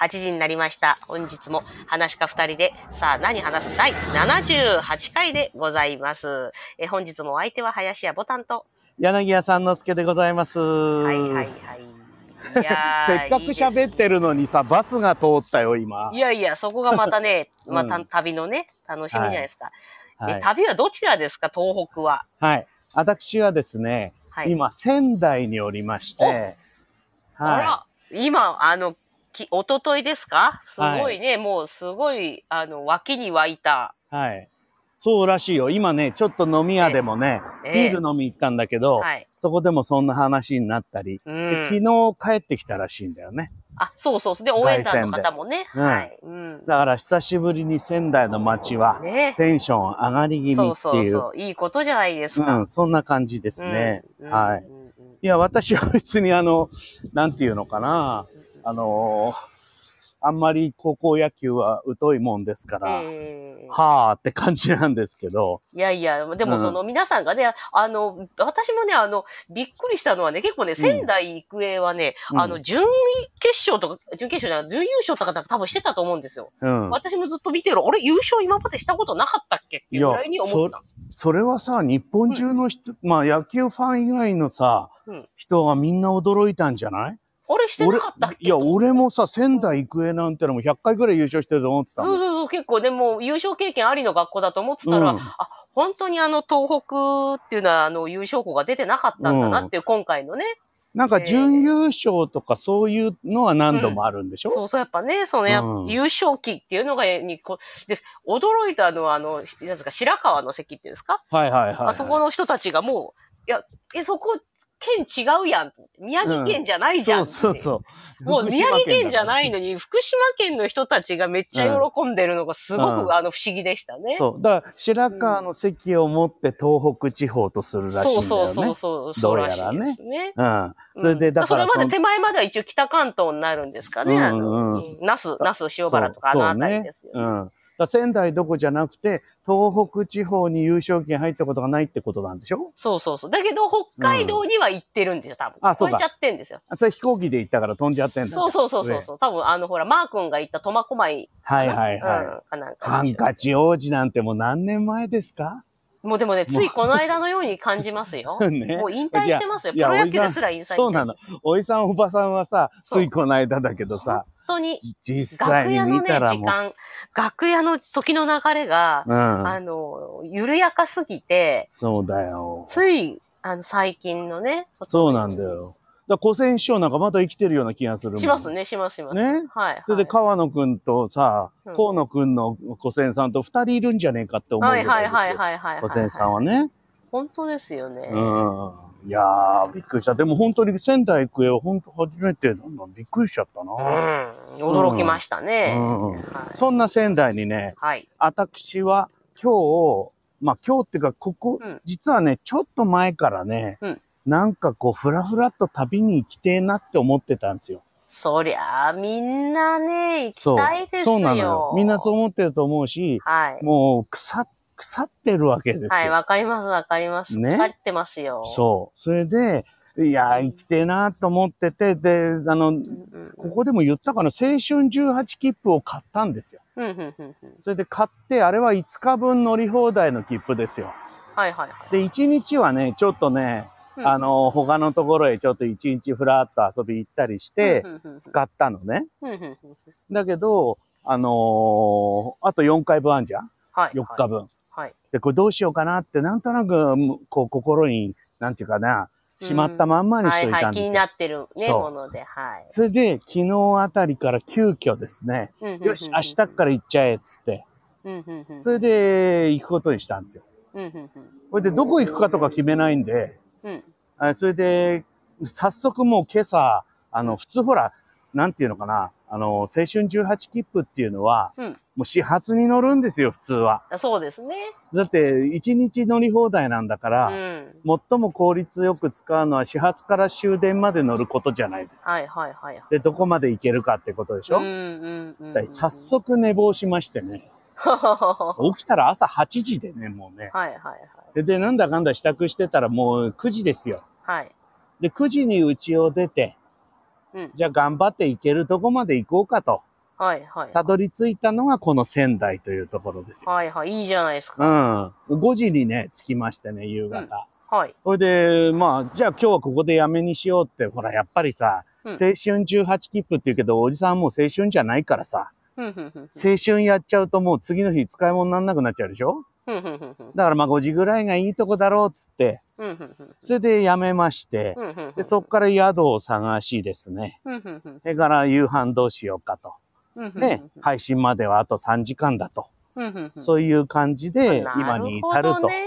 8時になりました。本日も話か2人で、さあ何話す第78回でございます。えー本日もお相手は林家ボタンと。柳家さんのすけでございます。はいはいはい。いや せっかく喋ってるのにさ、バスが通ったよ、今いいですね。い。やいや、そこがまた ね、うんまあ、た旅のね、楽しみじゃないですか。はえい。旅はどちらですか、東北は。はい。私はですね、はい。今、仙台におりまして、あはら、今、あの、き一昨日ですかすごいね、もうすごい、あの、脇に湧いた。い。はい。そうらしいよ。今ね、ちょっと飲み屋でもね、ええビール飲み行ったんだけど、はい。そこでもそんな話になったり、うで昨ん。日帰ってきたらしいんだよね。あ、そうそうそう。で、応援団の方もね。うんはい。うん。だから久しぶりに仙台の街は、ね。テンション上がり気味っていう。そうそうそう。いいことじゃないですか。うん、そんな感じですね。うんはい。うんうんいや、私は別にあの、なんていうのかな、あのーあんまり高校野球は疎いもんですから、ええはーって感じなんですけど、いやいや、でもその皆さんがね、あの、私もね、あの、びっくりしたのはね、結構ね、仙台育英はね、うんあの、準決勝とか、準決勝じゃない、準優勝とか多分してたと思うんですよ。うん。私もずっと見てる、あれ、優勝今までしたことなかったっけっていうぐらいに思ってた。それはさ、日本中の人、まあ野球ファン以外のさ、うん人はみんな驚いたんじゃないあれ、してなかったっけいや、俺もさ、仙台育英なんてのも100回ぐらい優勝してると思ってたそうも。そうんそう、結構ね、もう優勝経験ありの学校だと思ってたら、うんあ、本当にあの、東北っていうのは、あの、優勝校が出てなかったんだなっていう、今回のね、なんか準優勝とかそういうのは何度もあるんでしょ、そうそう、やっぱね、そのやっぱうん優勝期っていうのが、にこで、驚いたのは、あの、なんですか、白川の関っていうんですか、はいはいはいはい。あそこの人たちがもう、いや、え、そこ、県違うやん。宮城県じゃないじゃん。そうそうそう。もう宮城県じゃないいのに、福島県の人たちがめっちゃ喜んでるのがすごく、うんあの不思議でしたね。そう。だから、白川の席を持って東北地方とするらしそいうんだよそうね。そうそう。そうらしいですどうやらねね。うん。それで、だからうんそれまでそ手前までは一応北関東になるんですかね。あのうんうんうん那須、那須塩原とかあの辺りですよの、ね。うん。だから仙台どこじゃなくて、東北地方に優勝権入ったことがないってことなんでしょそうそうそう。だけど、北海道には行ってるんですよ、多分。あそう超かえちゃってんですよ。あそれ飛行機で行ったから飛んじゃってんだ。そうそうそうそうそう。多分、あの、ほら、マー君が行った苫小牧はいかな。はいはい。うん、かなんか。ハンカチ王子なんてもう何年前ですかもうでもね、ついこの間のように感じますよ。 ねもう引退してますよ。いプやロいや野球ですら引退してるそうなの。。おいさんおばさんはさ、そうついこの間だけどさ、本当に、実際楽に屋の見ね、たら時もう。間、楽屋の時の流れが、うん。あの、緩やかすぎて、そうだよ。つい、あの、最近のね、そうなんだよ。だから古戦師匠なんかまだ生きてるような気がするもん。します。ね、しますします。ねはい。それで川野くんとさ、うん河野くんの古戦さんと二人いるんじゃねえかって思うぐらはいいですよ。はいはいはいはいはい。古戦さんはね。本当ですよね。うん。いやー、びっくりした。でも本当に仙台育英は本当初めてなんだ。びっくりしちゃったな。うん、驚きましたね。うんはいそんな仙台にね、はい。私は今日、まあ今日っていうか、ここ、うん実はね、ちょっと前からね、うんなんかこう、ふらふらっと旅に行きてえなって思ってたんですよ。そりゃあ、みんなね、行きそうたいですよ。そうなのよ。みんなそうう。思ってると思うし、はい。もう腐、腐ってるわけですよ。はい、わかります、わかります。ね腐ってますよ。そう。それで、いやー、生きてえなと思ってて、で、あの、うんうんここでも言ったかな、青春18切符を買ったんですよ。うんうんうんうん。それで買って、あれは5日分乗り放題の切符ですよ。はいはいはい。で、1日はね、ちょっとね、うんあの、他のところへちょっと1日ふらっと遊び行ったりしてう、んうんうん使ったのね。うんうんうんだけど、あのーあと4回分あんじゃんはい。 ?4 日分。はい。で、これどうしようかなって、なんとなく、もうこう、心に、なんていうかな、しまったまんまにしはといいたはい。んで気すよ。になってるね、そうもので。はい。それで、昨日あたりから急遽ですね、うんうんうんうんよし、明日から行っちゃえ、っつって。うんうんうんそれで、行くことにしたんですよ。うんうんうんこれで、どこ行くかとか決めないんで、うんあそれで、早速もう今朝、あの、普通ほら、なんていうのかな、あの、青春18切符っていうのは、うんもう始発に乗るんですよ、普通は。あそうですね。だって、1日乗り放題なんだかうら、ん。最も効率よく使うのは始発から終電まで乗ることじゃないですか。はいはいはいはい。で、どこまで行けるかってことでしょ、うんうんうんうだかん。ら早速寝坊しましてね。 は起きたら朝8時でね、もうねい。はいはい。で、でなんだかんだ支度してたらもう9時ですよ。はい。で、9時に家を出て、うんじゃあ頑張って行けるとこまで行こうかと。はいはい。たどり着いたのがこの仙台というところですよ。はいはい。いいじゃないですうか。ん。5時にね、着きましたね、夕方。はい。それで、まあ、じゃあ今日はここでやめにしようって、ほら、やっぱりさ、うん青春18切符って言うけど、おじさんはもう青春じゃないからさ、ふんふんふんふん青春やっちゃうともう次の日使い物になんなくなっちゃうでしょふんふんふんふんだからまあ5時ぐらいがいいとこだろうっつって、ふんふんふんそれでやめまして、ふんふんふんでそっから宿を探しですね。ふんふんふんそれから夕飯どうしようかと。ふんふんね、配信まではあと3時間だと。ふんふんふんそういう感じでな今に至るほとどね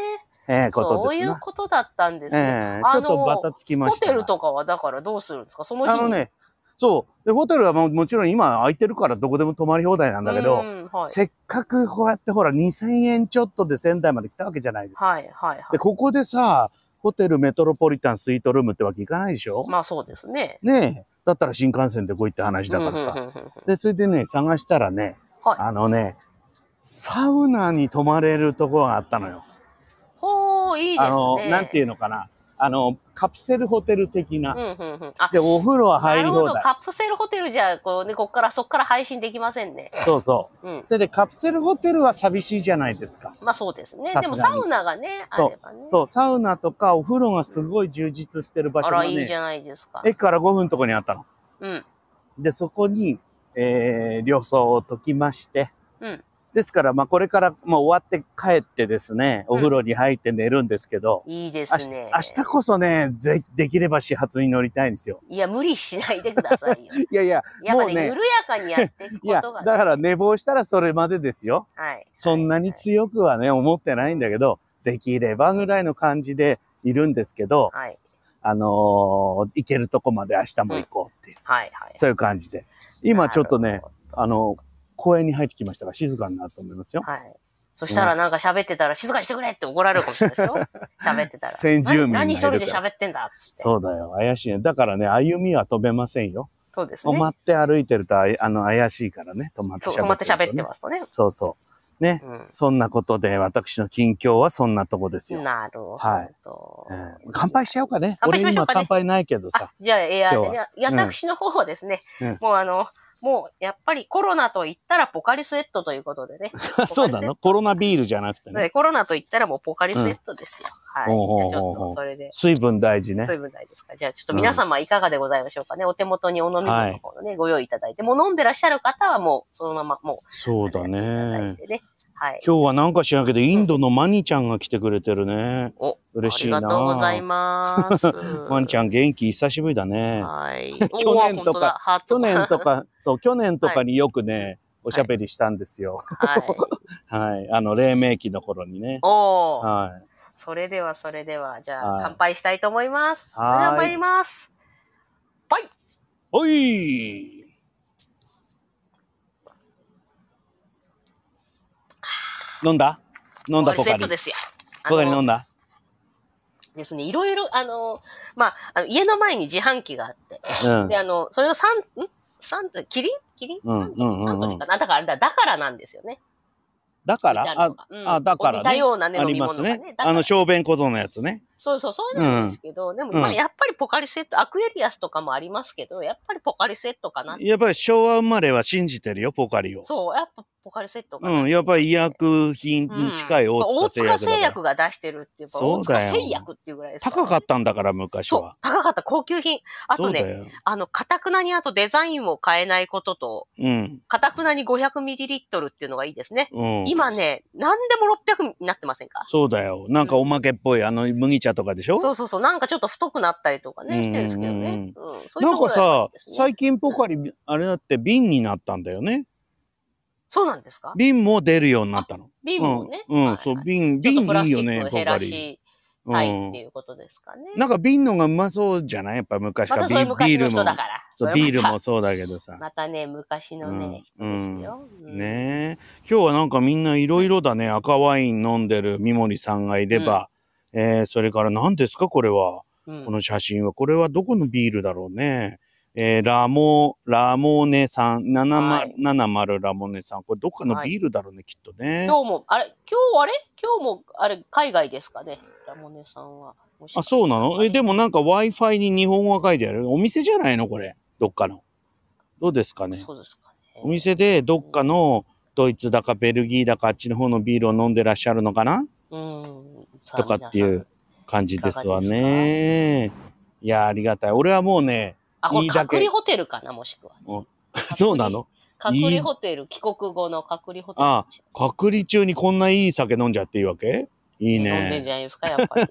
えーことそうですいうな。ことだったんですえね。ーあちょのっとバタつきまホしたテが。ルとかはだからどうするんですかその日あに。のね、そう。で、ホテルはもうもちろん今空いてるからどこでも泊まり放題なうんん、だけど、はい、せっかくこうやってほら2000円ちょっとで仙台まで来たわけじゃないですか。はいはいはで、ここでさ、ホテルメトロポリタンスイートルームってわけいかないでしょい。まあそうですね。ねえ。だったら新幹線で来いって話だからうさ。んうんうんうんうんで、それでね、探したらね、はいあのね、サウナに泊まれるところがあったのよ。ほういいですね。あの、なんていうのかな。あの、カプセルホテル的な。うんうんうん。あで、お風呂は入なりるほ放ど。題。カプセルホテルじゃ、こうね、こっから、そっから配信できませんね。そうそう。うん。それでカプセルホテルは寂しいじゃないですか。まあそうですね。さですがもにサウナがね、あそうればね。そう、サウナとかお風呂がすごい充実してる場あ所がら、いいじね、ゃないですか。駅から5分のとこにあったの。うん。で、そこに、えー、旅装を解きまして、うん。ですから、まあ、これから、まあ、終わって帰ってですね、お風呂に入って寝るんですけど、いいです明日ね。明日こそね、ぜできれば始発に乗りたいんですよ。いや、無理しないでくださいよ。いやいや、やっ もぱうね、ね緩やかにやっていくいこや、とが、だね。から寝坊したらそれまでですよ。はい。そんなに強くはね、思ってないんだけど、できればぐらいの感じでいるんですけど、はい。あのー行けるとこまで明日も行こうっていう、はい。はい。そういう感じで。今ちょっとなねるほ、あの公園に入ってきましたから静かになると思いますよ。ど。はい。そしたらなんか喋ってたら、静かにしてくれって怒られるかもしれないですよ。 喋ってたら。先住民がい何何る一から人で喋ってんだっつって。そうだよ、怪しいね。だからね、歩みは飛べませんよ。そうです止ね。まって歩いてるとあい、あの、怪しいからね、止まってそう喋止まって喋ってす。ますとね。そうそう。ね。うそんなことで、私の近況はそんなとこですよん。。なるほはいど。えー乾杯しちゃおうかね。乾杯しま俺しょう今かね乾杯ないけどさあ。、じゃあエアーで今日ね、いや私の方はですね、うんもうあの、もうやっぱりコロナと言ったらポカリスエットということでね。 そうなのコロナビールじゃなくてはね。いコロナと言ったらもうポカリスエットですよ。ほうほうはい。じゃあちほょうっほうとそれで。水分大事ねそう。いう分ないですか。じゃあちょっと皆様いかがでございましょうかね。お手元にお飲み物の方のね、ご用意いただいて、もう飲んでらっしゃる方はもうそのままもう。そうだね。いただいてね。はい。今日はなんか知らんけど、インドのマニちゃんが来てくれてるね。お、嬉しいなありがとうござい ます。マニちゃん元気久しぶりだね。はい。 お去年とかー本当だハート去年とか、そう、去年とかによくね、おしゃべりしたんですよ。 はい。はい。あの、黎明期の頃にね。おー。 はそれではそれでは、じゃはあい乾杯したいと思います。それはでいは参ります。はい。い。おい飲んだ飲んだポセカッリト。ですよ。ポカリあの飲んだですね、いろいろ、あの、まあ、あの家の前に自販機があって、うんで、。あの、それを三、ん三、キリンキリンう三んうんうんうんサントリーかなだからあれだ、だからなんですよね。だから、似たあの、がうんあだからね似たようなね、あ飲りみます物がねね。。だかあらの、小便小僧のやつね。そうそう、そうなんですけど、でも、うんまあ、やっぱりポカリスエット、アクエリアスとかもありますけど、やっぱりポカリスエットかなって。やっぱり昭和生まれは信じてるよ、ポカリを。そう、やっぱポカリスエットかなうん、やっぱり医薬品うんに近い大塚製大塚薬製だから。薬が出してるっていうか、そう大だよ塚製薬っていうぐらいですら高かったんだから、昔そうは。、高かった、高級品。あそとうだね、よ。あの、かたくなにあとデザインを変えないことと、うん。かたくなに500ミリリットルっていうのがいいですね。うん。今ね、何でも600になってませんかそうだよ。なんかおまけっぽい、あの、麦茶とかでしょそうそうそう、なんかちょっと太くなったりとかうんね、してるんですけどね。うんそういうとなんこかろがやさっぱり、ですね最近ポカリ、あれだって瓶になったんだよね。そうなんですか瓶も出るようになったの。瓶もね。うん、うんはいそうは、い瓶、ちょっ瓶とプラスいいチよねッ、クポ減からり。したいっていうことですかね。なんか瓶のがうまそうじゃないやっぱ昔まから。たそういうビ昔ビのール人だ もか。ら。そう、それビールまたもそうだけどさ。またね、昔のね、うん人ですよ。うんねえ。今日はなんかみんないろいろだね。赤ワイン飲んでる三森さんがいれば、えーそれから何ですかこれは。うんこの写真は。これはどこのビールだろうね。えーラモー、ラモーネさはん、い770ラモーネさん。これどっかのビールだろうね、きっとね。今日も、あれ、今日あれ今日も、あれ、海外ですかね、ラモネさんは。もしかあ、してそうなのえ、でもなんか Wi-Fi に日本語が書いてある。お店じゃないのこれ。どっかの。どうですかね。そうですかお店でどっかのドイツだかベルギーだかあっちの方のビールを飲んでらっしゃるのかなうん。とかっていう感じですわね。いや、ありがたい。俺はもうね、あ、こいれいだけ隔離ホテルかな、もしくは。 そうなの隔離ホテル、帰国後の隔離ホテル。あ隔離中にこんないい酒飲んじゃっていいわけいい飲んでんね。じゃないですか、やっぱり。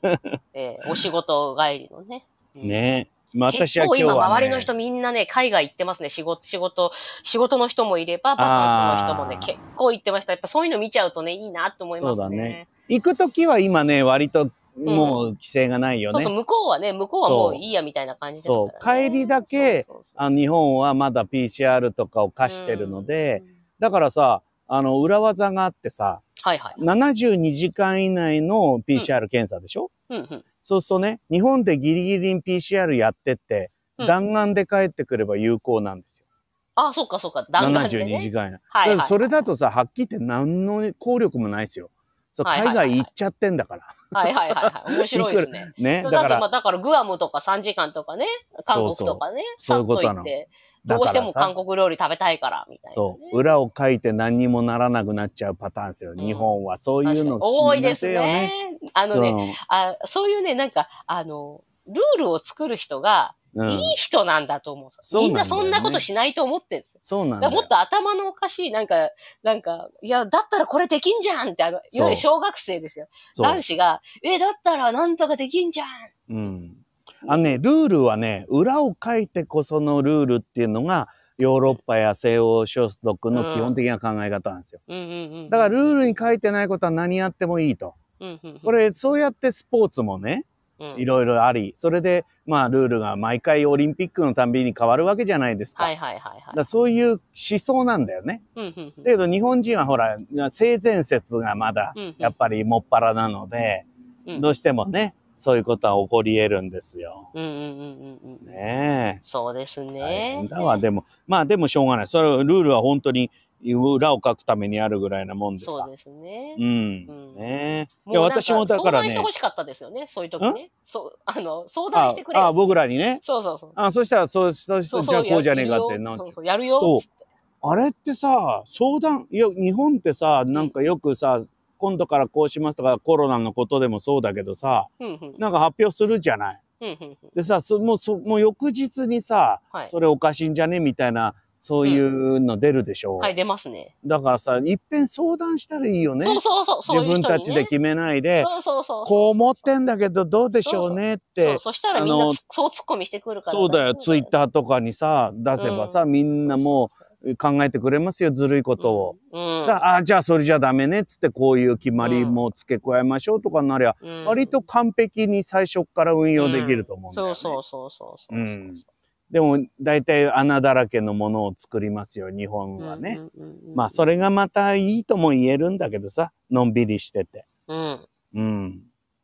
ええお仕事帰りのね。うんねまあ結私は今構日今、は、周ね。りの人みんなね、海外行ってますね。仕事、仕事、仕事の人もいれば、バカンスの人もねあ、ー結構行ってました。やっぱそういうの見ちゃうとね、いいなと思いますね。そうだね行くときは今ね、割ともう規制がないよそうね。そう、向こうはね、向こうはもそうういいやみたいな感じですから、ね。そう帰りだけそうそうそうあ日本はまだ PCR とかを課してるので、、うんだからさ、あの、裏技があってさ、はいはい。 72時間以内の PCR 検査でしょ、うんうん。そうするとね、日本でギリギリに PCR やってって、うん弾丸で帰ってくれば有効なんですよ。あ、そっかそっか、弾丸で、 72ね時。間以内。はだいはい、はからい。それだとさ、はっきり言って何の効力もないですよ。そうはいはいは海いはい外行っちゃってんだから。はいはいはいはい。面白いです ね。ね。だだか、からまあら、だからグアムとか3時間とかね、韓国とかね、そうそうそうさっいうことと行なのって、だどうかしてらもさ韓、国料理食べたいから、みたいな、ね。そう、裏を書いて何にもならなくなっちゃうパターンですよ。ん日本はそうい確うかのに多いです気になるよね。。あのそうねあ、そういうね、なんか、あの、ルールを作る人が、うんいい人なんだと思う。そうなんみんだなよねそんなことしないと思ってる。そうだなかんだらよ。もっと頭のおかしい、なんか、なんか、いや、だったらこれできんじゃんって、あの、いわゆる小学生ですよ。そう男子が、え、だったらなんとかできんじゃん。うん。あのね、ルールはね、裏を書いてこそのルールっていうのが、ヨーロッパや西欧諸国の基本的な考え方なんですよ。うんうんうん。だからルールに書いてないことは何やってもいいと。うんうんうん、これ、そうやってスポーツもね、うん、いろいろあり、それで、まあ、ルールが毎回オリンピックのたんびに変わるわけじゃないですか。はいはいはいだはからい。そういう思想なんだよね。うんうんうんだけど日本人はほら、性善説がまだうんうんやっぱりもっぱらなので、うんどうしてもね、そういうことは起こり得るんですよ。うんうんうんうんうん。ねそうですえ。大変ね。だわ。でも、まあでもしょうがない。それはルールは本当に裏を書くためにあるぐらいなもんでさ。そうですねう。ん。うんねえ。いもや、うなんか私もだから相談しねて、ほしかったですよね、そういう時ね。そう、あの、相談あしてくれ。あ、僕らにね。そうそうそう。あ、そしたら、そう、そう、そうじゃあこうじゃねえかってやるなよっちそゃうう。そう、やるよ。そうつってあれってさ、相談、いや、日本ってさ、なんかよくさ、今度からこうしますとか、コロナのことでもそうだけどさ、うんうん。なんか発表するじゃない。うんうんうんでさ、そもう、そもう翌日にさ、はいそれおかしいんじゃねみたいな、そういうの出るでしょう。はい、出ますね。だからさ、いっぺん相談したらいいよね。そうそうそう、そういう人に自分ねたちで決めないで、そうそうそう。こう思ってんだけどどうでしょうねっそてう、。そしたらみんあなのつそう突っ込みしてくるから。そうだよ、ツイッーターとかにさ、出せばさ、みんなもう考えてくれますよ、ずるいことを。うん。うんだあじゃあそれじゃダメねっつってこういう決まりも付け加えましょうとかになりゃ、うん割と完璧に最初から運用できると思うんだよ、ねそうそうそうそうそうそう。うんでも大体穴だらけのものを作りますよ日本はね、うんうんうんうんまあそれがまたいいとも言えるんだけどさのんびりしててうん。うん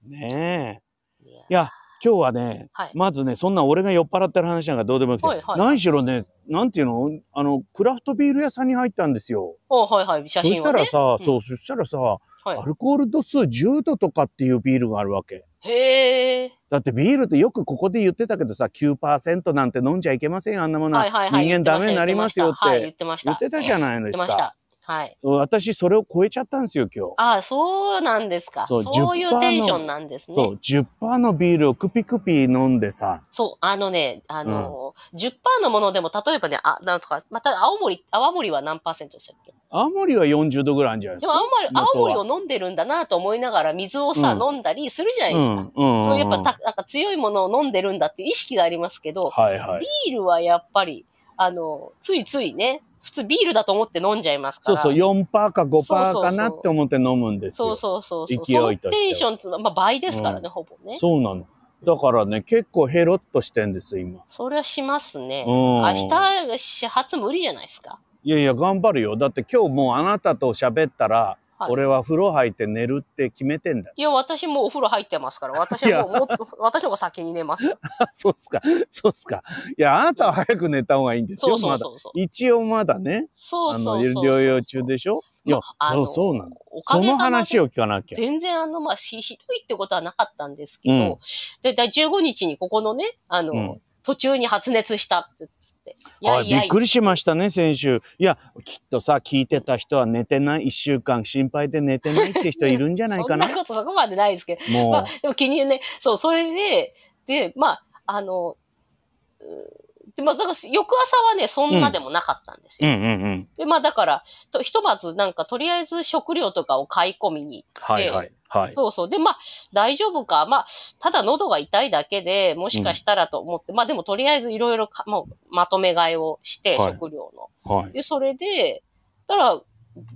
ねえいやいや今日はねはい。まずねそんな俺が酔っ払ってる話なんかどうでもよくて、はいはい何しろねなんていうのあのクラフトビール屋さんに入ったんですよ、おはいはい、写そ真しをたねら。さ、うんそうそしたらさ、はいアルコール度数10度とかっていうビールがあるわけ。へえ。だってビールってよくここで言ってたけどさ、9%なんて飲んじゃいけませんよ、あんなものは。はいはいはい。人間ダメになりますよっはい、て言ってました。言ってたじゃない言ですってましか。た。はい。そう私、それを超えちゃったんですよ、今日。ああ、そうなんですか。そそううい10%のうテンションなんですね。そう、10%のビールをクピクピ飲んでさ、そう、あのね、あのー、10%のものでも、例えばね、あ、なんとか、また青森、青森は何パーセントでしたっけ青森は40度ぐらいあるんじゃないでですもか。青森、元は青森を飲んでるんだなと思いながら水をさ、うん飲んだりするじゃないですか。うん、うん。そうやっぱうんた、なんか強いものを飲んでるんだっていう意識がありますけど、はいはい。ビールはやっぱり、あの、ついついね、普通ビールだと思って飲んじゃいますかそうら。そう、4%か5%かなそうそうそうって思って飲むんですよ。そうそうそうそう。勢いそとしてのテンションっつうのは、まあ倍ですからね、ほぼね。そうなの。だからね、結構ヘロッとしてんです、今。それはしますね。うん明日、始発無理じゃないですか。いやいや、頑張るよ。だって今日もうあなたと喋ったら、はい俺は風呂入って寝るって決めてんだ よ。いや、私もうお風呂入ってますから、私はもうもっと、私の方が先に寝ますよ。そうっすか。そうっすか。いや、あなたは早く寝た方がいいんですそよ、うそまうだ。そうそう。一応まだね、そうあその、うそうそう。療養中でしょいや、まあそのう、そうなの。おかそげさのまで話を聞かなきゃ。全然あの、まあ、し、ひどいってことはなかったんですけど、うんで、だい15日にここのね、あの、うん途中に発熱したってって。いあやいやびっくりしましたね、先週。いや、きっとさ、聞いてた人は寝てない、一週間心配で寝てないって人いるんじゃないかなそん。な ことそこまでないですけど。まあも、でも気にね、そう、それで、で、まあ、あの、うーでまあ、だから翌朝はね、そんなでもなかったんですう。うよ。んうんうん。で、まあ、だから、とひとまず、なんか、とりあえず食料とかを買い込みに行って、はいはい。はい。そうそう。で、まあ、大丈夫か。まあ、ただ喉が痛いだけで、もしかしたらと思って、まあでもとりあえずいろいろか、もうまとめ買いをして、はい食料の。はい。で、それで、たら、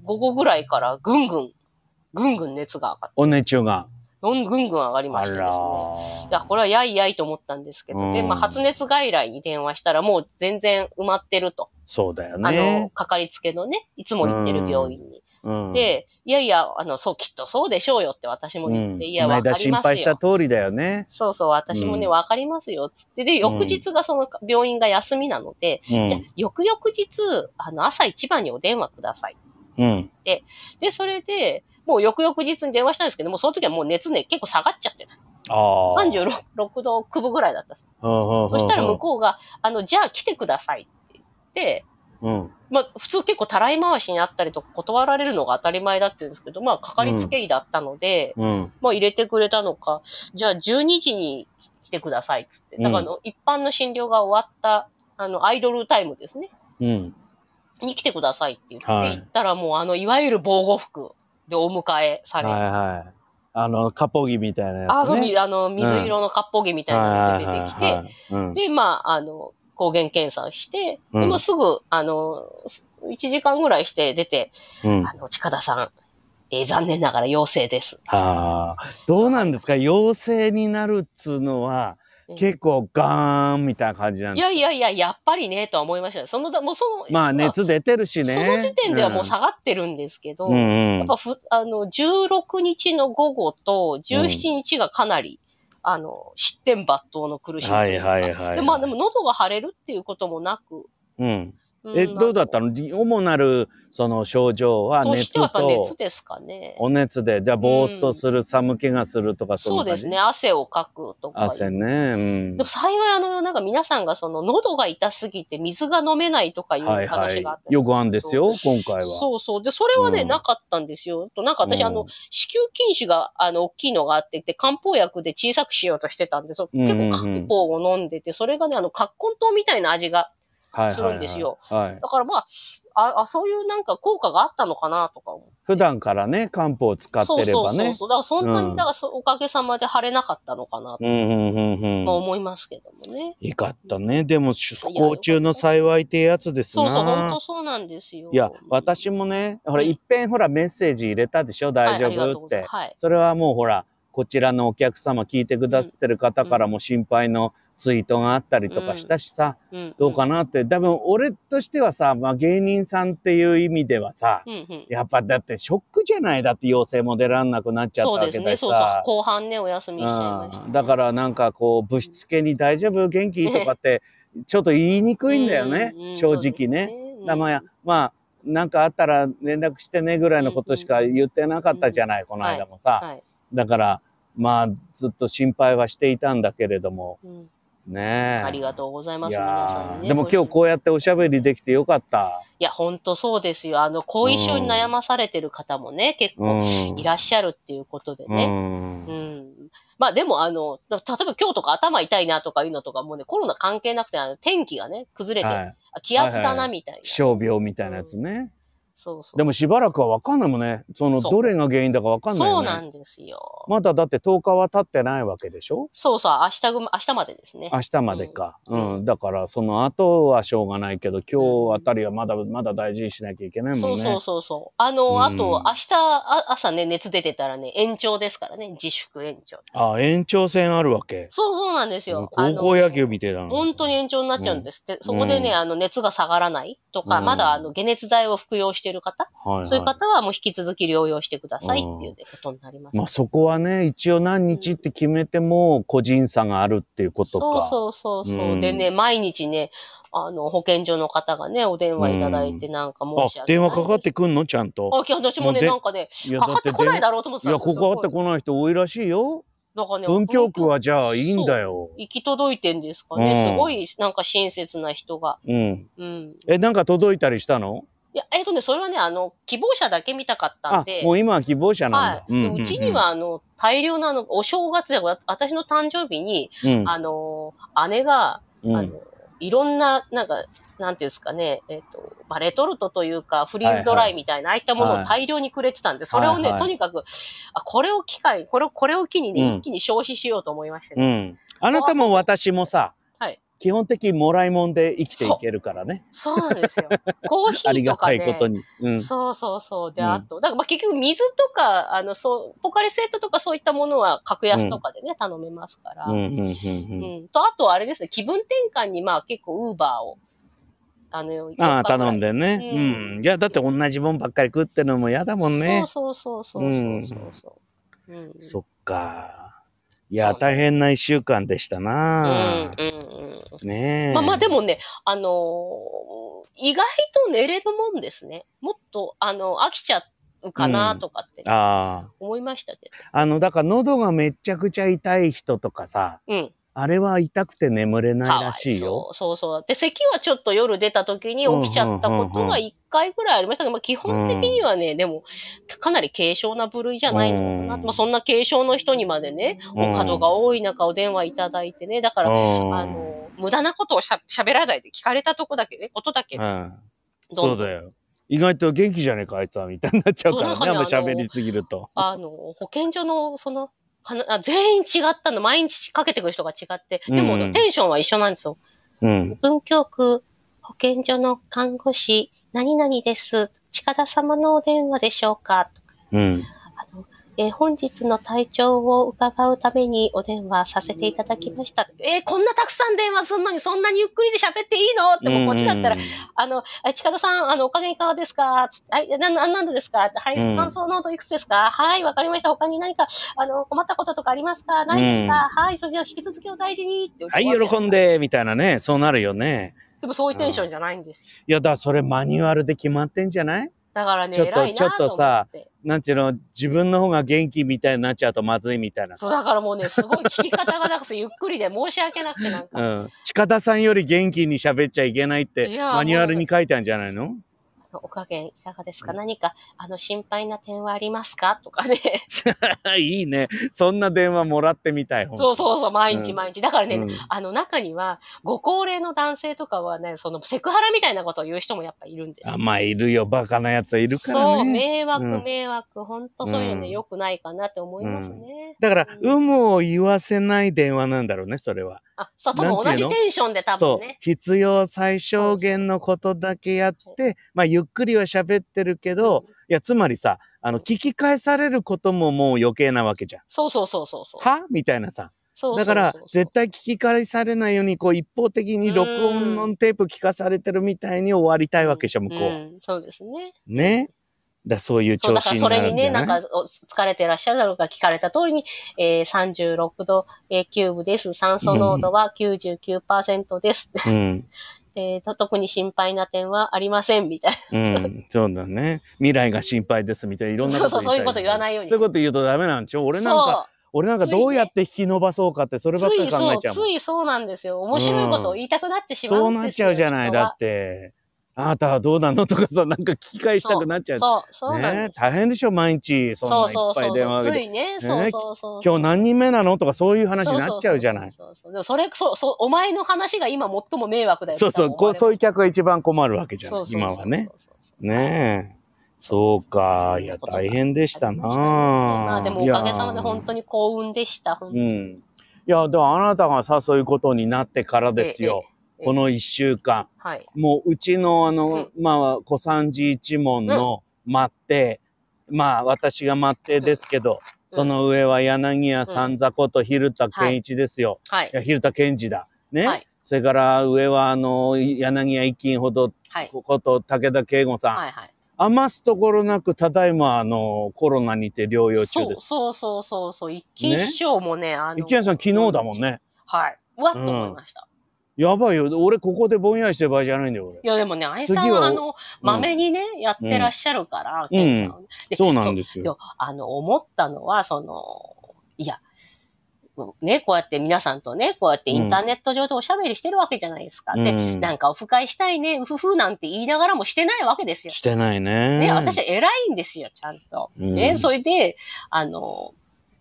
午後ぐらいからぐんぐん、ぐんぐん熱が上がる。おねちゅうが。どんぐんぐん上がりまあしてですらね。ーいや、これはやいやいと思ったんですけど、で、うんまあ、発熱外来に電話したら、もう全然埋まってると。そうだよあのね、。かかりつけのね、いつも行ってる病院に。うん、で、いやいや、あの、そう、きっとそうでしょうよって私もう言っん、て、いこや、のわか間り心ます配したよ。通りだよね。そうそう、私もね、うんわ、かりますよ、つって。で、翌日がその病院が休みなので、うじゃあん。、翌々日、あの、朝一番にお電話ください。うん。で、それで、もう翌々日に電話したんですけども、その時はもう熱ね、結構下がっちゃってた。ああ。 36度9分ぐらいだった。そそしたら向こうが、あの、じゃあ来てくださいって言って、うん。うん。まあ、普通結構たらい回しにあったりとか断られるのが当たり前だって言うんですけど、まあ、かかりつけ医だったので、うん。まあ入れてくれたのか、じゃあ12時に来てくださいっつって。だからあの、一般の診療が終わった、あの、アイドルタイムですね。うん。に来てくださいって言って、はい行ったらもうあの、いわゆる防護服でお迎えさはいれ、はい。あの、カポギみたいなやつ、ね。あそうみあの、水色の割烹着みたいなのが出てきはいはてい、はいはいうんで、まあ、あの、抗原検査をして、うんでもすぐ、あの、1時間ぐらいして出て、うんあの、近田さん、えー残念ながら陽性です。ああ。どうなんですか陽性になるっつうのは、結構ガーンみたいな感じなんいですやかいやいや、やっぱりね、とは思いましたね。そのだ、もうその、まあ、熱出てるしね。その時点ではもう下がってるんですけど、うん、うんうんやっぱふ、あの、16日の午後と17日がかなり、あの、失点抜刀の苦しみとはういか。はいはい。でまあでも喉が腫れるっていうこともなく。うん。んえ、どうだったの主なる、その症状はとし熱てはやっぱと熱、ですかね。お熱で、じゃあ、ぼーっとする、寒気がするとか、そそううですね。。汗をかくとか。汗ね。うんでも。幸いあの、なんか皆さんがその喉が痛すぎて水が飲めないとかいうはいは話いがあった。りよくあんですよ、今回は。そうそう。で、それはね、うんなかったんですよ。と、なんか私、あのうん、、子宮筋腫が、あの、大きいのがあって、で、漢方薬で小さくしようとしてたんで、そううんうん結う構漢ん方を飲んでて、それがね、あの、葛根糖みたいな味が。はいはいはいするんですよ。はい。だからまあ、あ、あそういうなんか効果があったのかな、とか思う。普段からね、漢方を使っそうてれそうばそうね。そう。だからそんなに、うんだからそおかげさまで腫れなかったのかな、とうんうんうんまあうん。思いますけどもね。いかったね。でも、不幸中の幸いってやつですそうな。そう、本当そうなんですよ。いや、私もね、ほら、いっぺんほら、メッセージ入れたでしょ、大はい丈ありがとう夫ごっざいまてす。はい。それはもうほら、こちらのお客様聞いてくださってる方からも心配のツイートがあったりとかしたしさ、うん、どうかなって。多分、俺としてはさ、まあ芸人さんっていう意味ではさ、うんうん。やっぱだってショックじゃないだって陽性も出らんなくなっちゃったそうわですけだね。しそうそうさ。。後半ね、お休みしちゃいました。うんだからなんかこうぶしつけに「大丈夫元気?」とかってちょっと言いにくいんだよねう、んうん正直ね。。だからまあ、まあ、なんかあったら連絡してねぐらいのことしか言ってなかったじゃない、この間もさ。はいだから、まあ、ずっと心配はしていたんだけれども、うんねえ。ありがとうございます、い皆さやんーね。でも今日いこうやっておしゃべりできてよかった。いや、本当そうですよ。あの、後遺症に悩まされてる方もね、結うん構。いらっしゃるっていうことでうね。んうん。まあでも、あの、例えば今日とか頭痛いなとかいうのとか、もうね、コロナ関係なくて、あの、天気がね、崩れて、はい。あ気圧だはいはないみたいな。気象病みたいなやつね。そうそう。でもしばらくはわかんないもんね。その、そうどれが原因だかわかんないそようなね。んですよ。まだだって10日は経ってないわけでしょそうそう、明日ぐ、明日までですね。明日までか。ううんん。だから、その後はしょうがないけど、今日あたりはまだ、まだ大事にしなきゃいけないそもんうね。そうそうそう。あの、うんあと、明日あ朝ね、熱出てたらね、延長ですからね、自粛延長。ああ、延長戦あるわけ。そうそうなんですよ。高校野球あのみたいな。本当に。延長になっちゃうんですって。そこでね、うんあの、熱が下がらないとか、うんまだあの、解熱剤を服用している方、はい、はい。そういう方はもう引き続き療養してくださいっていうねことになります。まあそこはね、一応何日って決めても個人差があるっていうことそうか。そうそうそう、うんでね、毎日ね、あの、保健所の方がね、お電話いただいてなんか申し訳あ、ない。電話かかってくんのちゃんと。あ、今日私ももね、うでなんかね、いやかかってこないだだろうと思ってたいんや、ですよここあってこない人多いらしいよ。だからね、文京区はじゃあいいんだよ。よ。行き届いてんですかね。うんすごい、なんか親切な人が。うん。うん。え、なんか届いたりしたのいや、えっ、とね、それはね、あの、希望者だけ見たかったんあで、。もう今は希望者なんはだ。い。でうちに、は、あの、大量の、あの、お正月や、私の誕生日に、うんあの、姉が、うんあの、いろんな、なんか、なんていうんですかね、えっ、と、まあ、レトルトというか、フリーズドライみたいな、ああいったものを大量にくれてたんで、それをね、はいはいとにかく、あ、これを機会、これを、これを機にね、うん一気に消費しようと思いましてうね。ん。あなたも私もさ、はい基本的にもらいもんで生きていけるからね。そうなんです よ。コーヒありーがとかたね。いことに。うん。そうそうそう。で、うんあと、だからまあ結局水とか、あの、そう、ポカリスエットとかそういったものは格安とかでね、頼めますから。ううんん。うんうんうんと、あとあれですね、気分転換にまあ結構ウーバーを、あの、ああ、頼んででね。ううんん。いや、だって同じもんばっかり食ってのも嫌だもんね。そうそうそうそうそうそうそう。うん。そっか。いそうや、ね大変な一週間でしたう。なんうんうん。ねえ。まあまあでもね、あのー意外と寝れるもんですね。もっと、あの、飽きちゃうかなとかってね、あ思いましたけあ。あの、だから喉がめちゃくちゃ痛い人とかさ、ど。うん。あれは痛くて眠れないらしいかわそよ。うそうそう。で、咳はちょっと夜出た時に起きちゃったこうんうんとうんうがん1回ぐらいありましたけど、まあ基本的にはね、でも、かなり軽症な部類じゃないのかな。うんまあそんな軽症の人にまでね、うんお角が多い中お電話いただいてね、だから、あうん。の、無駄なことをしゃ喋らないで聞かれたとこだけね、ことだけ、うん。どそんうどんだよ。意外と元気じゃねえか、あいつは、みたいになっちゃうからね、そうあんまなんかね喋りすぎると。あの、保健所の、その、はなあ全員違ったの、毎日かけてくる人が違って、でも、うんテンションは一緒なんですよ。うん。文京区保健所の看護師、何々です。近田様のお電話でしょうかとかうん。あの、えー本日の体調を伺うためにお電話させていただきました。えーこんなたくさん電話すんのにそんなにゆっくりで喋っていいのってもうこっちだったら、うあの、あ近田さん、あの、お加減いかがですかつはい、な、な何度ですかはい、うん酸素濃度いくつですかはい、わかりました。他に何か、あの、困ったこととかありますかないですか、はい、それでは引き続きお大事にって。んはい、喜ん。で、みたいなね、そうなるよね。でもそういうテンションじゃないんですよ。いや、だからそれマニュアルで決まってんじゃないだからね、ちょっと偉いなと思ちょっとさって。なんていうの、自分の方が元気みたいになっちゃうとまずいみたいな。そう、だからもうね、すごい聞き方がなくて、ゆっくりで 申し訳なくてなんうか、ん。近田さんより元気に喋っちゃいけないってい、やマニュアルに書いてあるんじゃないの お加減いかがですか何か、あの、心配な点はありますかとかね。いいね。そんな電話もらってみたい。そうう。そうそう、毎日毎日。だからね、うんあの中には、ご高齢の男性とかはね、そのセクハラみたいなことを言う人もやっぱいるんですよあまあ、いるよ。バカなやつはいるからそう、ね。迷惑、うん迷惑、本当そういうのね、うん良くないかなって思いますね。だから、うん有無を言わせない電話なんだろうね、それは。あ、そう、多分な同んていうじのテンションで多分そうね。。必要最小限のことだけやって、まあ、ゆっくりは喋ってるけど、いや、つまりさ、あの、聞き返されることももう余計なわけじゃん。そうそうそうそうそう。はみたいなさ。そうそうそうだからそう、絶対聞き返されないように、こう、一方的に録音のテープ聞かされてるみたいに終わりたいわけでしょ、向こうは。んそうですね。ね。だそういうそう、調だか子らにそなれるにんじね、ゃななんいかお疲れてらっしゃるだろうか聞かれた通りに、えー、36度、えー、キューブです。酸素濃度は99%です。 うん。えーと特に心配な点はありません、みたいな。 うん。そうだね。未来が心配ですみたいな、いろんなことそうそうそういうこと言わないようにそういうこと言うとダメなんでしょ俺なんか、俺なんかどうやって引き伸ばそうかって、それそばう、っつかりい考そえう、ちゃうつもん。いそうなんですよ。面白いことを言いたくなってしまそううんなっですちよ。ゃうじゃない。人はだって、あなたはどうなのとかさ、なんか聞き返したくなっちゃう。そう、そうなんねです。大変でしょ、毎日。そんそうないそうっぱそいう電そ話う。かつけて。いね、ねそうそうそう。今日何人目なのとかそういう話そうそうになそうっちゃうじゃない。そうそうでもそれ、そう、そう、お前の話が今最も迷惑だよ。そうそう、こう、そういう客が一番困るわけじゃそ、ないうそうそう今はね。。え。ねえ。そうか。いや、大変でしたなまああでもおかげさまで本当に幸運でした。本いやうん。いや、でもあなたがさ、そういうことになってからですえよ。えええこの一週間。当はい。もう、うちの、あの、まあ、小三治一門の待って、まあ、私が待ってですけど、その上は柳家三座こと蛭田健一ですよ。はいいや、。蛭田健二だ。ね。はいそれから、上は、あの、柳家一金ほど、はい。こと武田圭吾さん。はい。はい。余すところなく、ただいま、あの、コロナにて療養中そうです。そうそうそうそう。一金師匠もね、あの。一谷さん、昨日だもん。ね。はい。うわっと思いました。やばいよ。俺、ここでぼんやりしてる場合じゃないんだよ、俺。いや、でもね、あいさん次は、はあの、まめにね、やってらっしゃるから、うんケンさんはねそうなんですでよ。もあの、思ったのは、その、いや、ね、こうやって皆さんとね、こうやってインターネット上でおしゃべりしてるわけじゃないですか。で、うんなんかオフ会したいね、うふふなんて言いながらもしてないわけですよ。してないね。ね、私は偉いんですよ、ちゃんと。ね、うんそれで、あの、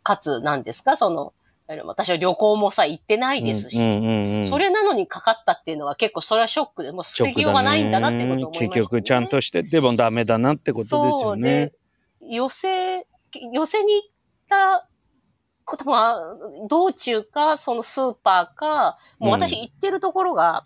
かつ、なんですか、その、あの私は旅行もさ、行ってないですし、うんうんうんそれなのにかかったっていうのは結構それはショックで、もう防ぎようがないんだなってことを思いました、ね。結局ちゃんとしててもダメだなってことですよね。そうで。寄せ、寄せに行ったことは、道中か、そのスーパーか、もう私うん行ってるところが、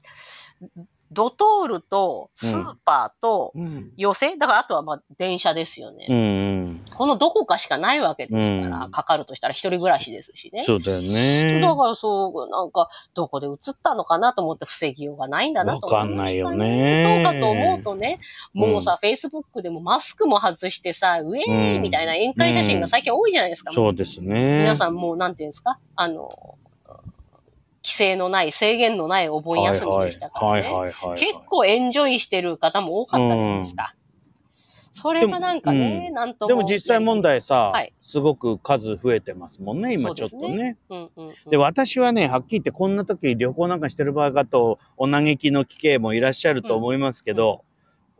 ドトールとスーパーとうん寄せ、だからあとはまあ電車ですよね。うんこのどこかしかないわけですから、うんかかるとしたら一人暮らしですしうん、ね。そうだよね。だからそう、なんか、どこで映ったのかなと思って防ぎようがないんだなと思わかんないよねそうかと思うとね、もうさ、Facebook でもマスクも外してさ、ウェーイみたいな宴会写真が最近多いじゃないですか。そうですね。皆さんもう、なんていうんですかあの、規制のない、制限のないお盆休みでしたからね。はいはいはいはいはい結構エンジョイしてる方も多かったじゃないですか。それがなんかね、でなんとも。でも実際問題さ、はいすごく数増えてますもんね、そ今うちょですっとねね。うんうんうん、で私はねはっきり言ってこんな時旅行なんかしてる場合かとお嘆きの帰恵もいらっしゃると思いますけど、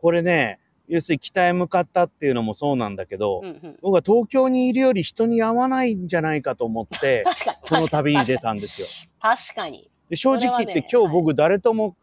これね要するに北へ向かったっていうのもそうなんだけど、うんうん僕は東京にいるより人に会わないんじゃないかと思って 確かに。この旅に出確かたんですよ。に。確かに。で正直言ってそれは今ね日僕誰とも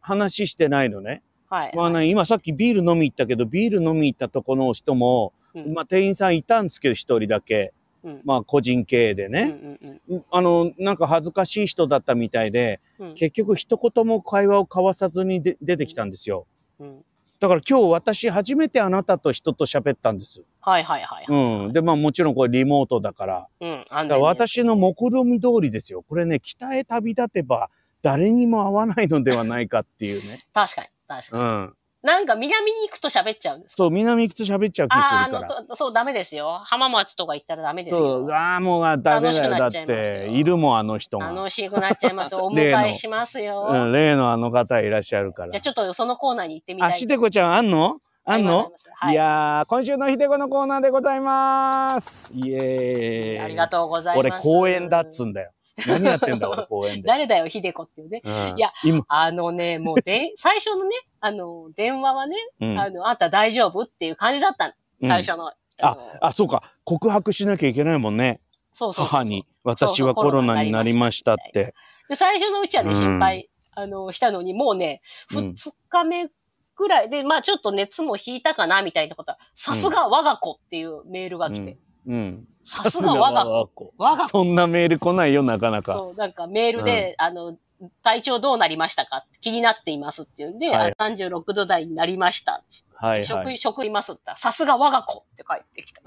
話してないのね。はい。まあね、今さっきビール飲み行ったけどビール飲み行ったとこの人も、うんまあ、店員さんいたんですけど一人だけ、うんまあ、個人経営でうんね、うんうんあのなんか恥ずかしい人だったみたいでうん結局一言も会話を交わさずにで出てきたんですよ。うんだから今日私初めてあなたと人と喋ったんです。はいはいはい。うん。で、まあもちろんこれリモートだから。うん。あだから私の目論見通りですよ。これね、北へ旅立てば誰にも会わないのではないかってい うね。確かに。確かうに。ん。南なんか南に行くと喋っちゃうんです。そう、南行くと喋っちゃう気ああ、あするかのら。と、そう、ダメですよ。浜松とか行ったらダメですそよう、。ああ、もうあダメだよ。だ楽しくなっっちゃいますよて、いるもん、あの人が。楽しくなっちゃい ます。お迎例のえしますうよ。ん、例のあの方いらっしゃるからじゃあ。ちょっとそのコーナーに行ってみたい。あ、しでこちゃんあんのあんのはいい。やー、今週のひでこのコーナーでございます。イエーイ。ありがとうございます。俺公園だっつんだよ。何やってんだ俺 公園で。誰だよ、ひでこっていうね。うんいや、今、あのね、もうで、最初のね、あの、電話はね、うんあの、あんた大丈夫っていう感じだったの。最初の。あのあ、そうか。告白しなきゃいけないもんね。そうそうそうそう母に。私はコロナになりましたって。で、最初のうちはうね、ん心配、あの、したのに、もうね、うん二日目ぐらいで、まあちょっと熱も引いたかな、みたいなことはさすが我が子っていうメールが来て、うん。さすが我が子。子。我が子。 そんなメール来ないよ、なかなか。そう、なんかメールで、あの、体調どうなりましたか気になっていますっていうんで、はいあ36度台になりました。はいは食、い。食いますって言ったら、さすが我が子って帰ってき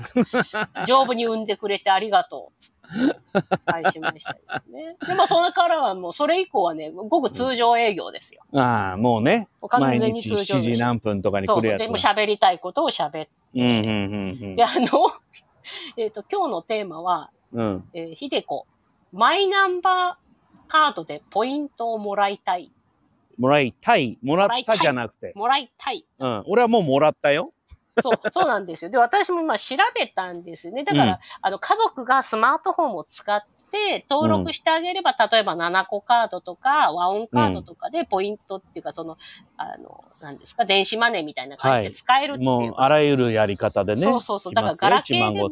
た。丈夫に産んでくれてありがとうっつって。返しましたけどね。でも、それからはもう、それ以降はね、ごく通常営業ですよ。ああ、もうね。もう完毎全に日通常7時営業。何分とかにそ来うるそう。やつでもうだ。喋りたいことを喋って。うんうんで、あの、 えっと、今日のテーマは、うんうん。うん。えー、ひでこ、マイナンバーカードでポイントをもらいたい。もらいたい。もらっもらいたたいじゃなくて。もらいたい。うん。俺はもうもらったよ。そう、そうなんですよ。で、私もまあ調べたんですよね。だから、うんあの、家族がスマートフォンを使って登録してあげれば、例えば7個カードとか、和音カードとかでポイントっていうか、その、あの、なんですか、電子マネーみたいな感じで使えるっていう。もう、あらゆるやり方でね。そうそうそう。だから、ガラケーでも、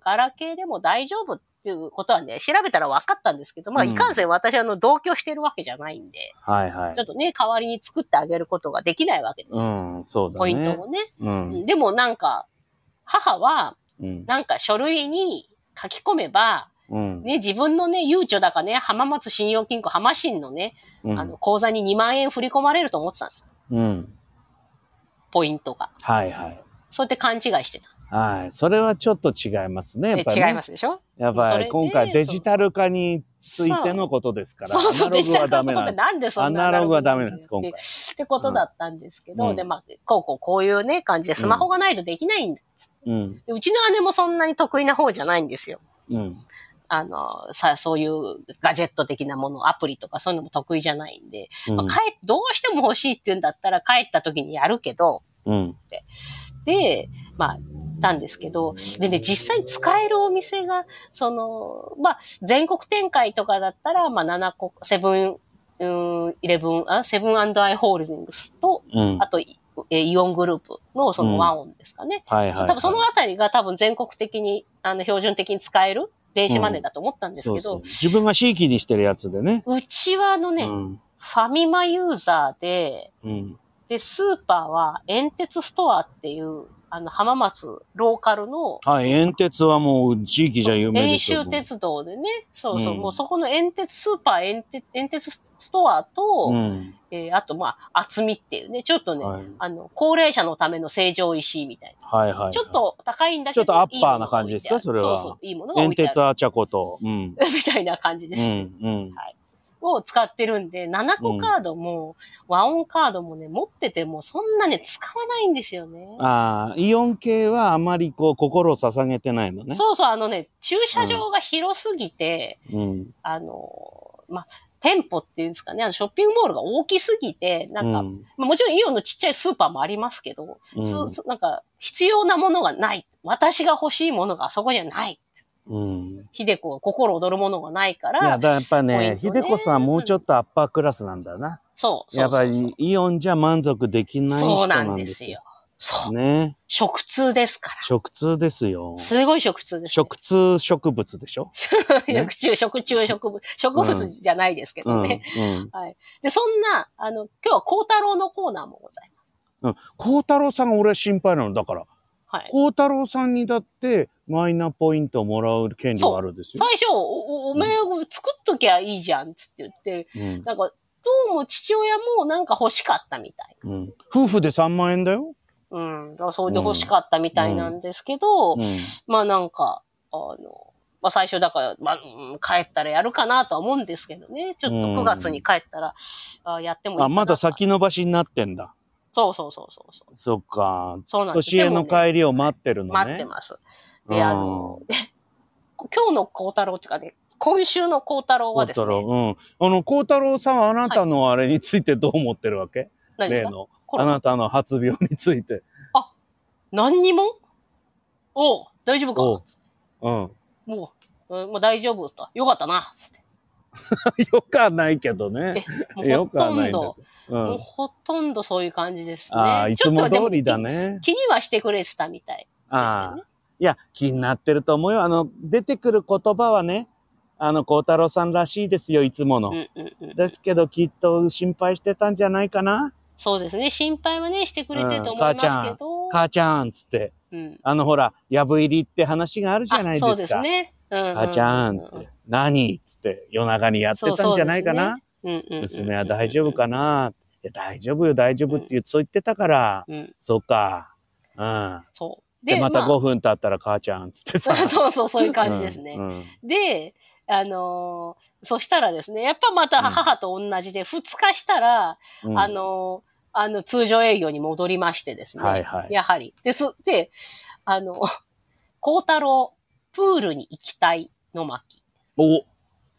ガラケーでも大丈夫っていうことはね、調べたら分かったんですけど、まあ、うんいかんせん私、あの、同居してるわけじゃないんで、はいはちょいっ。とね、代わりに作ってあげることができないわけですよ。うん、そうだね。ポイントもね。うん。でもなんか、母は、うん。なんか書類に書き込めば、うん。ね、自分のね、ゆうちょだかね、浜松信用金庫浜新のね、うんあの、口座に2万円振り込まれると思ってたんですよ。うん。ポイントが。はいはい。そうやって勘違いしてた。はい。それはちょっと違いますね。やっえぱり、ね。違いますでしょやっぱそれりね今回デジタル化についてのことですから。そうそアう、ナロデグジタはル化ダのメことってななんでそアんなナログはダメなんです、今回っ。てってことだったんですけど、うんで、まあ、こうこうこういうね、感じでスマホがないとできないんだ。うん。でうちの姉もそんなに得意な方じゃないんですよ。うん。あの、さ、そういうガジェット的なもの、アプリとかそういうのも得意じゃないんで、うんまあ、帰どうしても欲しいって言うんだったら帰った時にやるけど、うん。で、まあ、たんですけど、でね、実際使えるお店が、その、まあ、全国展開とかだったら、まあ、7個、セブン、うん、イレブン、あ、セブンアイ・ホールディングスと、うんあと、いえイオングループのそのワンオンですかね。はいはい、はい。多分そのあたりが多分全国的に、あの、標準的に使える電子マネーだと思ったんですそうけそうど、自分がひいきにしてるやつでね。うちはあのね、うん。ファミマユーザーで、うん。で、スーパーは、煙鉄ストアっていう、あの、浜松ローカルの、はい、煙鉄はもう地域じゃ有名で練すよ。習鉄道でね、そうそう、うんもうそこの煙鉄、スーパー煙鉄、煙鉄ストアと、うん。えーあとまあ、厚みっていうね、ちょっとね、はいあの、高齢者のための成城石井みたいな。はいはいはい。ちょっと高いんだけど、ちょっとアッパーな感じですかいいものが置いてあるそれはそうそう、いいものが置煙いてあ鉄る。アチャコと。うん。 みたいな感じでうす、ん。うん。を使ってるんで、7個カードも、和音カードもね、持ってても、そんなね、使わないんですよね。ああ、イオン系はあまりこう心を捧げてないのね。そうそう、あのね、駐車場が広すぎて、うん。あの、ま、店舗っていうんですかね、あのショッピングモールが大きすぎて、なんか、うんまあもちろんイオンのちっちゃいスーパーもありますけど、うんそうそうなんか、必要なものがない。私が欲しいものがあそこにはない。うん。ひでこは心躍るものがないかいや、だら、からやっぱポインね、トひねでこさんはもうちょっとアッパークラスなんだな。そう、そうやっぱそうりイオンじゃ満足できないそ人うななんんでですすよよ。。そう。ね。食通ですから。食通ですよ。すごい食通です、食通植物でしょ、 ね食中、食中植物、植物じゃないですけうどん、うね。ん。で、そんな、あの、今日は孝太郎のコーナーもございまうん。孝太郎さんが俺は心配なの。だから、す。はい。孝太郎さんにだってマイナポイントをもらう権利があるんですよ。最初、お、おおめえ作っときゃいいじゃん、つって言って、うんなんか、どうも父親もなんか欲しかったみたい。うん、夫婦で3万円だよ。うん。だからそれで欲しかったみたいなんですけど、うんまあなんか、あの、まあ最初だから、まあ、うん帰ったらやるかなとは思うんですけどね。ちょっとうん9月に帰ったら、あやってもいいかあ、な。まだ。先延ばしになってんだ。そうそうそうそうそう。そっか。そうなんです年へのでもね帰りを待ってるのね。待ってます。で、あのうん、今日の孝太郎っていうかね、今週の孝太郎は孝です太ね、郎、うん。あの、孝太郎さんはあなたのあれについてどう思ってるわけ、何です例かの。コあロナなたの発病について。何にもおう、大丈夫おうか うん。もう、うんもう大丈夫と。よかったな。つってよくはないけどね。もようほくはとないんんだど、。う。もうんほとんどそういう感じですね。ああ、いつも通りだね。ね。気にはしてくれてたみたいですけあどあね。。いや、気になってると思うよ。あの、出てくる言葉はね、あの、孝太郎さんらしいですよ、いつもの。うんうんうん。ですけど、きっと心配してたんじゃないかな。そうですね。心配はね、してくれてるとう思んい母ますちゃんけど。母ちゃんっつって。うん。あの、ほら、やぶ入りって話があるじゃなあいですか。そうですね。うんうんうん。母ちゃんって、何っつって夜中にやってたんじゃないかな、うんうんうんうん。娘は大丈夫かないや、大丈夫よ、大丈夫って言うそう言ってたから、うん。そうか。うん。そう。で、またあ5分経ったら母ちゃんっつってさ。 そうそう、そういう感じですね。うんうんで、あのーそしたらですね、やっぱまたうん母と同じで、2日したら、うんあのーあの、通常営業に戻りましてですね。はいはいやはり。で、す、で、あの、孝太郎、プールに行きたいの巻。お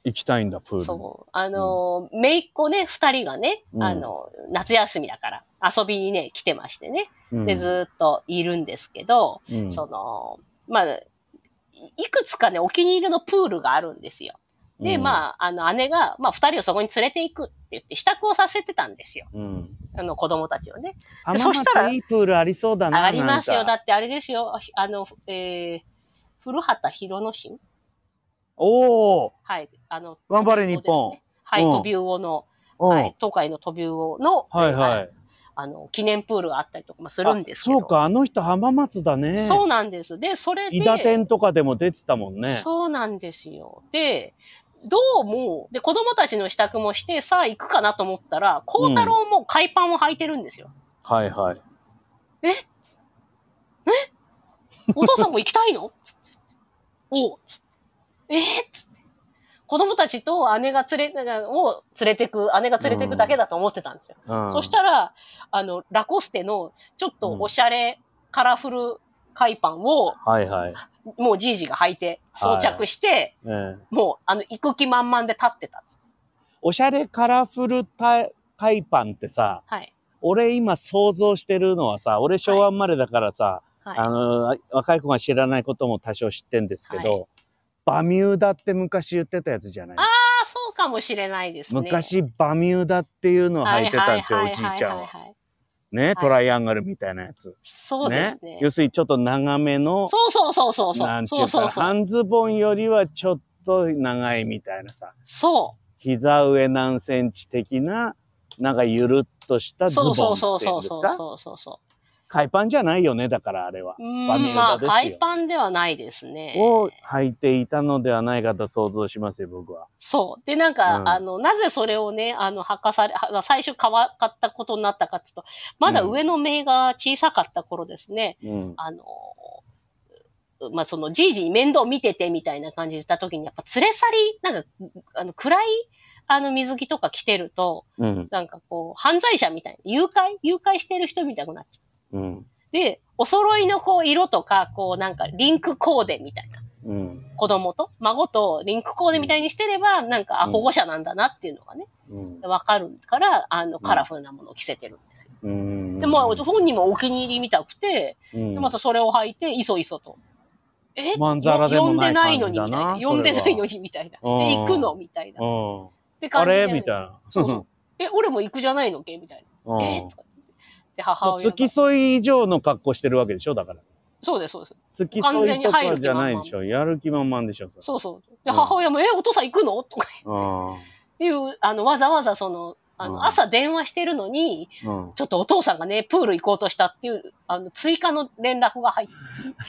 行きたいんだ、プールに。そう。あのー、姪っ子ね、二人がね、うんあの、夏休みだから遊びにね、来てましてね。うんで、ずーっといるんですけど、うんその、まあ、いいくつかね、お気に入りのプールがあるんですよ。で、うんまあ、あの、姉が、まあ、二人をそこに連れて行くって言って、支度をさせてたんですよ。うん。あの、子供たちをね。浜そしたら松いいプールありそうだな。ありますよ。なんだかって、あれですよ。ひあの、えー、古畑広之進おおはい。あの、頑張れ日本ですねはい、うんトビウオの、うん。はい、東海のトビウオの、はいえはーい。あの、記念プールがあったりとかもするんですけど。そう。か、あの人浜松だね。そうなんです。で、それで。伊田店とかでも出てたもんね。そうなんですよ。で、どうも、で、子供たちの支度もして、さあ行くかなと思ったら、孝太郎も海パンを履いてるん ですよ。はいはい。お父さんも行きたいのおうえー、つって子供たちと姉が連れ、を連れてく、姉が連れてくだけだと思ってたんですよ。うんそしたら、あの、ラコステの、ちょっとおしゃれ、カラフル海パンを、はいはい。もうじいじが履いて、装着して、ええもう、あの、行く気満々で立ってた。おしゃれカラフルタ海パンってさ、はい。俺今想像してるのはさ、俺昭和生まれだからさ、はいあの、若い子が知らないことも多少知ってんですけど、バミューダって昔言ってたやつじゃないですか。あそうかもしれないですね。昔、バミューダっていうのをは履いいてたんですよ、おじいちゃんはは。ははいね、トライアングルみたいなやつ。そうですね。要するにちょっと長めの、そうそうそうそうそなんう。ちゅそううそか、うそう。半ズボンよりはちょっと長いみたいなさ、そ膝上何センチ的な、なんかゆるっとしたう。ズボンそっうていそううそうそんうそですうかそうそうそ海パンじゃないよね、だからあれはう。。うんバミューまダあ、ですよ。海パンではないですね。を履いていたのではないかと想像しますよ、僕は。そう。で、なんか、うんあの、なぜそれをね、あの、履かされ、は最初買わ買ったことになったかっていうと、まだうん上の目が小さかった頃ですね、うん。あの、まあ、その、じいじに面倒見ててみたいな感じで言った時に、やっぱ連れ去り、なんか、あの、暗い、あの、水着とか着てると、うん。なんかこう、犯罪者みたいな、誘拐誘拐してる人みたいになっちゃう。うん。で、お揃いのこう、色とか、こう、なんか、リンクコーデみたいな。うん。子供と孫とリンクコーデみたいにしてれば、なんか、あ、うん保護者なんだなっていうのがね、うん。わかるから、あの、カラフルなものを着せてるんですよ。うん。で、まあ、本人もお気に入りみたくて、うん、でまたそれを履いて、いそいそと。えまんざらでもない呼ん感でないのじにだみたいなな。呼んでそれはないのにみたいな。で、うん行くのみたいな。っうん。てあ感じで。れみたいな。そうそう。え、俺も行くじゃないのっけみたいな。え うとか言ってで、母ん。親が。付き添い以上の格好してるわけでしょだから。そうです、そうです。付き添いとかじゃないでしょ。やる気満々でしょ、それ。そうそう。うで、ん母親も、え、お父さん行くのとかう言う、あの、わざわざその、あうの、ん朝電話してるのに、ん。うん。ちょっとお父さんがね、プール行こうとしたっていう、あの、追加の連絡が入って、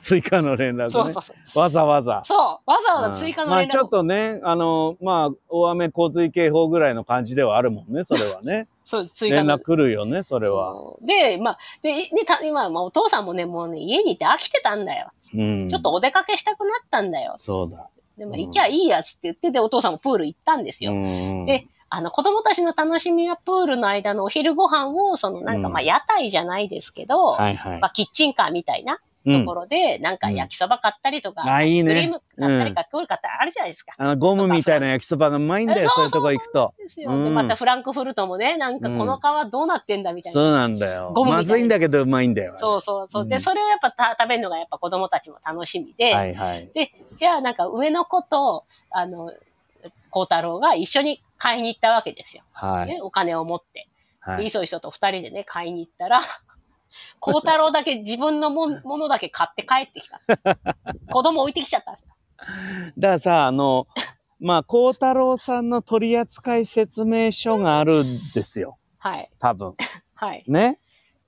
追加の連絡ね。そうそうそう。わざわざ。そう、わざわざ追加のま連あ絡、ちょっとね、あの、まあ、大雨洪水警報ぐらいの感じではあるもんね、それはね。そうです、 追加連の絡。来るよね、それは。そうで、まあ、で、ね、た今、まあ、お父さんもね、もうね、家にいて飽きてたんだよ。うん。ちょっと。お出かけしたくなったんだよ。そうだ。で、まあ、うん行きゃいいやつって言って、で、お父さんもプール行ったんですよ。うん。であの、子供たちの楽しみはプールの間のお昼ご飯を、その、なんか、うんまあ、屋台じゃないですけど、はいはいま。あ、キッチンカーみたいなうとんこ。ろで、なんか焼きそば買ったりとか、うんあいいねアイスクリーム買ったりか、クール買ったりあるじゃないですか。あの、ゴムみたいな焼きそばがうまいんだよ、あそそうういそううとこ行くと。ですよ。でうんまたフランクフルトもね、なんかこの皮どうなってんだみたいな。そうなんだよゴ。ムみたまいなずいんだけどうまいんだよ。そうそうそう。うんで、それをやっぱた食べるのがやっぱ子供たちも楽しみで、はいはい。じゃあなんか上の子と、あの、孝太郎が一緒に買いに行ったわけですよ。はい。ね、お金を持って。はでいい。そいそと二人でね、買いに行った ら、孝太郎だけ自分のもんものだけ買って帰ってきた。子供置いてきちゃったんですよ。だからさ、あの、まあ、孝太郎さんの取扱説明書があるんですよ。はい。多分。はい。ね。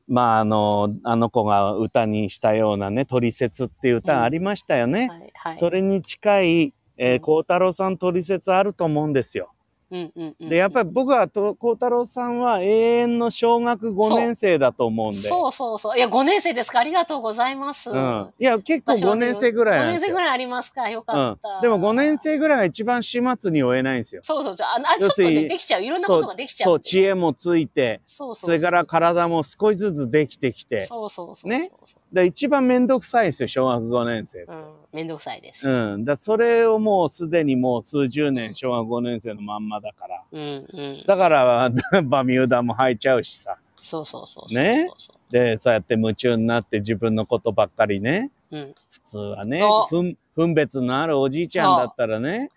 まあ、あの、あの子が歌にしたようなね、取説っていう歌ありましたよね。はい。はい。それに近い、えうー、ん孝太郎さん取説あると思うんですよ。うんうんうん。で、やっぱり僕はと孝太郎さんは永遠の小学5年生だと思うんで。そうそうそう。いや、5年生ですか。ありがとうございます。うん。いや、結構私は5年生ぐらいな5んで年す生よぐ。らいありますか。よかった。うん。でも5年生ぐらいが一番始末に追えないんですよ。そうそうそう。あのあちょ要っすとるにね、できちゃう。いろんなことができちゃう。そう、知恵もついて、そうそう。それから体も少しずつできてきて。そうそうそう。ね。で、一番めんどくさいですよ、小学5年生。うん。めんどくさいです。うん。だそれをもうすでにもう数十年、小学5年生のまんまだから。うんうん。だから、 バミューダも履いちゃうしさ。そうそうそう。ねそうそうで、そうやって夢中になって自分のことばっかりね。そううん。普通はねそ、う分分別のあるおじいちゃんだったらね、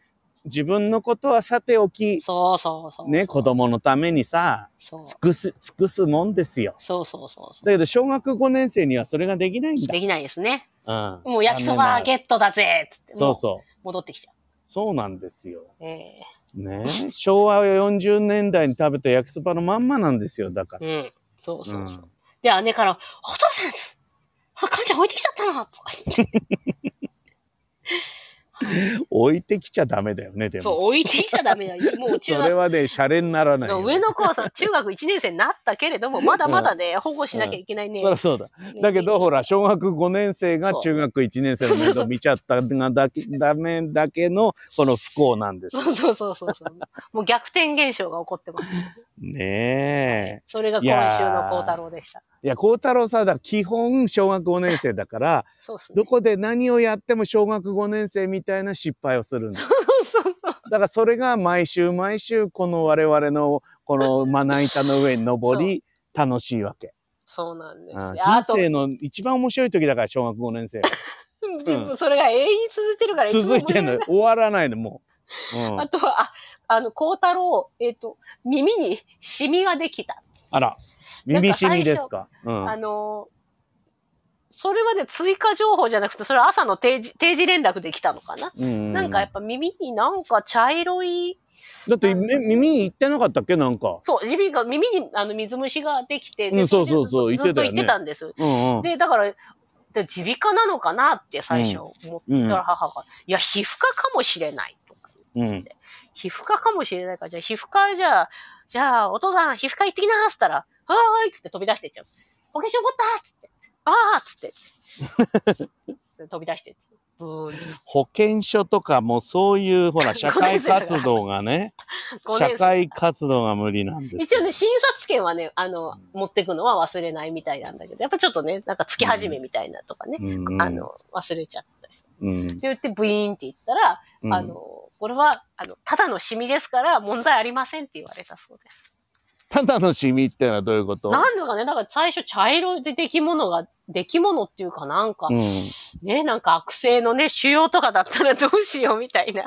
自分のことはさておき、そうそうそう。ね、子。供のためにさ、そう。尽くす、尽くすもんですよ。そうそうそうそう。だけど、小学5年生にはそれができないんだ。できないですね。うん。もう焼きそばゲッットだぜっつって。そうもそう。う。戻ってきちゃそうなんですよ。う。え ね。昭和40年代に食べた焼きそばのまんまなんですよ、だかえ。ら。うん。そうそうそうう。んで、姉から、お父さんつあ、かんちゃん置いてきちゃったな、とか言って置いてきちゃダメだよね、でも。そう、置いてきちゃダメだ よ。もうそ中れ学、はね、シャレにならないよ。上の子はさ、中学1年生になったけれども、まだまだね、保護しなきゃいけないね。そりゃそうだ。だけど、ほら、小学5年生がそう中学1年生の面倒見ちゃったがだけ、ダメだけの、この不幸なんです。そうそうそうそうそう。もう逆転現象が起こってます。ねえ。それが今週の幸太郎でした。いや、孝太郎さんだ、基本小学5年生だから、そうっすねど。こで何をやっても小学5年生みたいな失敗をするんです。そうそうそう。だからそれが毎週毎週、この我々の、このまな板の上に登り、楽しいわけ。 そうなんですよ。ああ人と、生の一番面白い時だから、小学5年生。 自分それが永遠に続いてるから、続いてんのいつも面白いよ。終わらないの、もう。うんあとは、あ、あの、孝太郎、えっ、と、耳にシミができた。あら、耳シミですか。うんあのー、それはね、追加情報じゃなくて、それは朝の定時、定時連絡できたのかな、ううなんかやっぱ耳になんか茶色い、だってめ耳に行ってなかったっけなんか。そう、耳が、耳にあの水虫ができて、でうんそうそうそうれでずっと言ってたよねずっと言ってたんです。うんうん。で、だから、で耳鼻科なのかなって最初思うんうっんたら母が、いや、皮膚科かもしれないとか言って、うん皮膚科かもしれないから、じゃあ皮膚科じゃあ、じゃあお父さん皮膚科行ってきなーっつったら、はーいっつって飛び出してっちゃう。お化粧持ったっつって、あーっつ って、飛び出してって。ブー保健所とかもそういう、ほら、社会活動がね、 5社年生。会活動が無理なんですよ。一応ね、診察券はね、あの、持ってくのは忘れないみたいなんだけど、やっぱちょっとね、なんか月始めみたいなとかね、うんうんあの、忘れちゃったりして。うん言ってブイーンって言ったら、うんあの、これは、あの、ただのシミですから問題ありませんって言われたそうです。ただのシミってのはどういうことなんだかね、なんか最初茶色で出来物が、出来物っていうかなんか、うんね、なんか悪性のね、腫瘍とかだったらどうしようみたいな。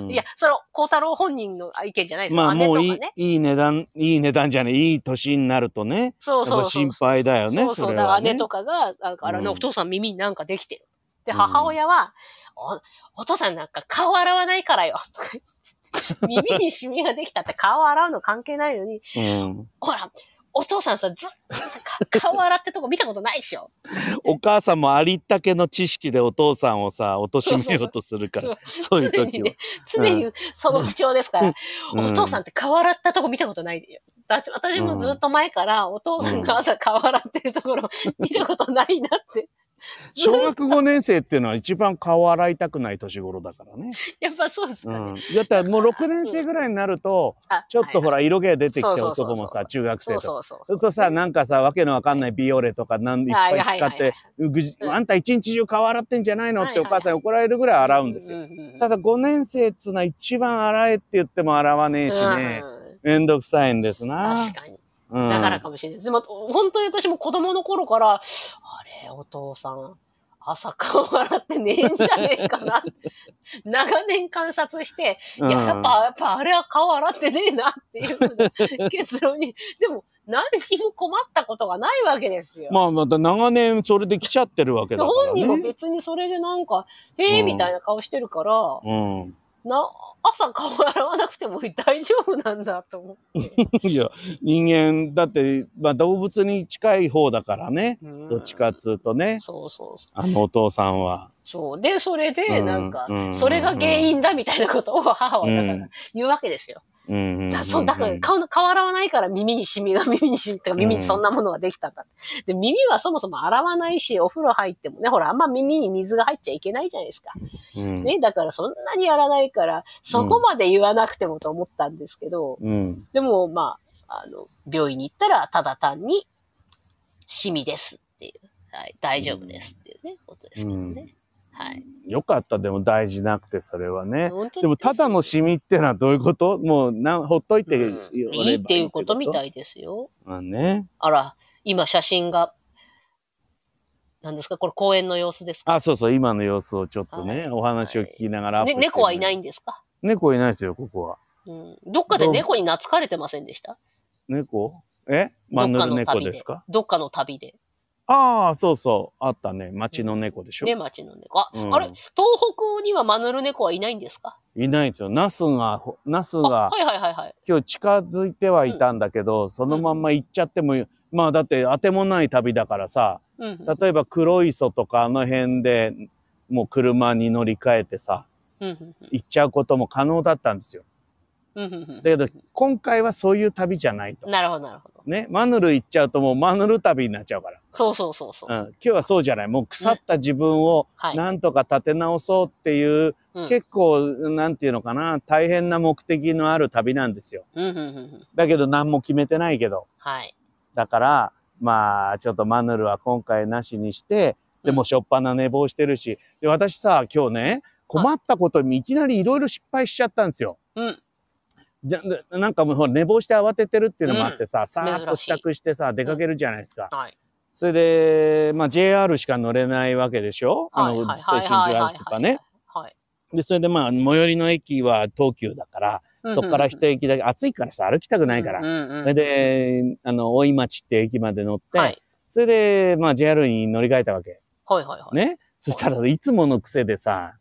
うんいや、それ、孝太郎本人の意見じゃないですよ。まあ姉ともかういい,、ね。いい値段、いい値段じゃない、いい年になるとね、そやうっそうそぱう。心配だよね、そうそう、れだからは姉ね。とかが、なんか、あれ、うんお父さん耳になんかできてる。で、うん母親は、お、お父さんなんか顔洗わないからよ。とか言 って耳にシミができたって 顔洗うの関係ないのに、うんほら、お父さんさ、ずっと顔洗ってとこ見たことないでしょ。お母さんもありったけの知識でお父さんをさ、貶めようとするから、そういう常時にはね。、常にその口調ですから、うんお父さんって顔洗ったとこ見たことないでしょ。私私もずっと前から、お父さんが朝顔洗ってるところ見たことないなって。 小学5年生っていうのは一番顔洗いたくない年頃だからね。やっぱそうですかね。うん、だったらもう6年生ぐらいになると、あちょっとほら色気が出てきたそうそうそうそう男もさ、中学生そうとか。そうそう。そうするとさ、なんかさ、わけのわかんないビオレとかなんいっぱい使はいはいはいっはいて、うぐじあんた一日中顔洗ってんじゃないのっはていはいお母さんに怒られるぐらい洗うんですよ。ううんただ5年生っつうのは一番洗えって言っても洗わねえしね。うんめんどくさいんですな。確かに。うんだからかもしれない。でも、本当に私も子供の頃から、あれ、お父さん、朝顔洗ってねえんじゃねえかな。 長年観察して、いや、うんやっぱ、やっぱあれは顔洗ってねえなっていうので結論に。でも、何にも困ったことがないわけですよ。まあまた長年それで来ちゃってるわけでだから本ね。人も別にそれでなんか、へえ、うんみたいな顔してるから、うん。 な、朝顔洗わなくても大丈夫なんだと思いや、人間、だって、まあ動物に近い方だからね。う。どっちかっつうとね、そうそうそう。あのお父さんは。そう。で、それで、うんなんかう、んそれが原因だみたいなことを母は、だかうらん、言うわけですよ。うんうんうんうんだそうだから、顔の、顔洗わないから耳にシミが、耳にシミってか、耳にそんなものができたんだって。で、耳はそもそも洗わないし、お風呂入ってもね、ほら、あんま耳に水が入っちゃいけないじゃないですか。うんね、だからそんなにやらないから、そこまで言わなくてもと思ったんですけど、うん。でも、まあ、あの、病院に行ったら、ただ単に、シミですっていう。はい、大丈夫ですっていうね、ことですけどね。はい。よかった、でも大事なくて、それはね。本当にでも、ただのシミってのはどういうこともうな、ほっといて、うん言わればいいっていうことみたい。いですよ。まあね。あら、今写真が、何ですかこれ公園の様子ですかあ、そうそう、今の様子をちょっとね、はいお話を聞きながらアッね、プしてみる猫はいないんですか猫いないですよ、ここは。うん。どっかで猫に懐かれてませんでした猫えマンヌル猫ですかどっかの旅で。ああ、そうそう、あったね。町の猫でしょ、ね、町の猫。あ、うんあれ東北にはマヌル猫はいないんですかいないんですよ。ナスが、ほナスあがは、いはいはいはい。今日近づいてはいたんだけど、そのまんま行っちゃっても、まあだって当てもない旅だからさ、うんうん。例えば黒磯とかあの辺でもう車に乗り換えてさ、うんうんうん行っちゃうことも可能だったんですよ。うんうんだけど、今回はそういう旅じゃないうんと。なるほどなるほど。ね、マヌル行っちゃうともうマヌル旅になっちゃうから。そうそうそうそうう。ん、今日はそうじゃない。もう腐った自分をはい。なんとか立て直そうっていう、うん結構、なんていうのかな、大変な目的のある旅なんですよ。うんうんうんうん。だけど何も決めてないけど。はい。だから、まあ、ちょっとマヌルは今回なしにして、でも、しょっぱな寝坊してるし。で、私さ、今日ね、困ったことにいきなりいろいろ失敗しちゃったんですよ。うん。じゃなんかもうほら寝坊して慌ててるっていうのもあってさ、さーっと支度してさ出かけるじゃないですか。はい。それで、まあ、JR しか乗れないわけでしょあの、はい新宿は橋いとかね。。はい。で、それでまあ、最寄りの駅は東急だから、そこから一駅だけ、暑いからさ、歩きたくないから。それら。で、あの、大井町って駅まで乗って、はい。それで、まあ、JR に乗り換えたわけ。はいはいはい。ね。そしたら、いつもの癖でさ、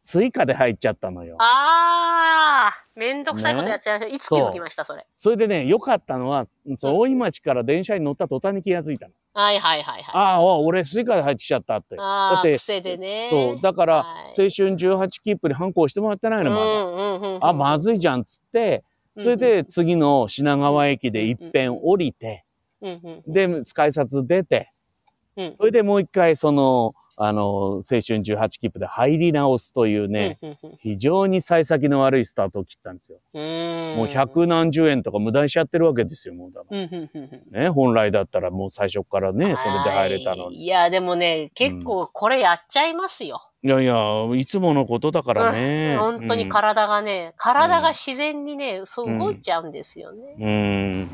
追加で入っちゃったのよ。ああ、めんどくさいことやっちゃいました。いつ気づきました、それ。それでね、良かったのは、そうのん大井町から電車に乗った途端に気がついたの。はいはいはいはい。ああ、お俺、スイカで入ってきちゃったって。あだっあ、て癖でね。そう。だから、はい青春18切符に反抗してもらってないの、まだ。うんうんうんうんあ、まずいじゃんっつって、それで次の品川駅で一遍降りて、うんうんで、スカイ札出て、うんそれでもう一回その、あの、青春18切符で入り直すというね、うんうん非常に幸先の悪いスタートを切ったんですよ。うんもう百何十円とか無駄にしちゃってるわけですよ、もうだかうんうんうんうんら。ね、本来だったらもう最初からね、それで入れたのはいに。いや、でもね、結構これやっちゃいますよ。いやいや、いつものことだからね。本当に体がね、体が自然にね、そう動いちゃうんですよね。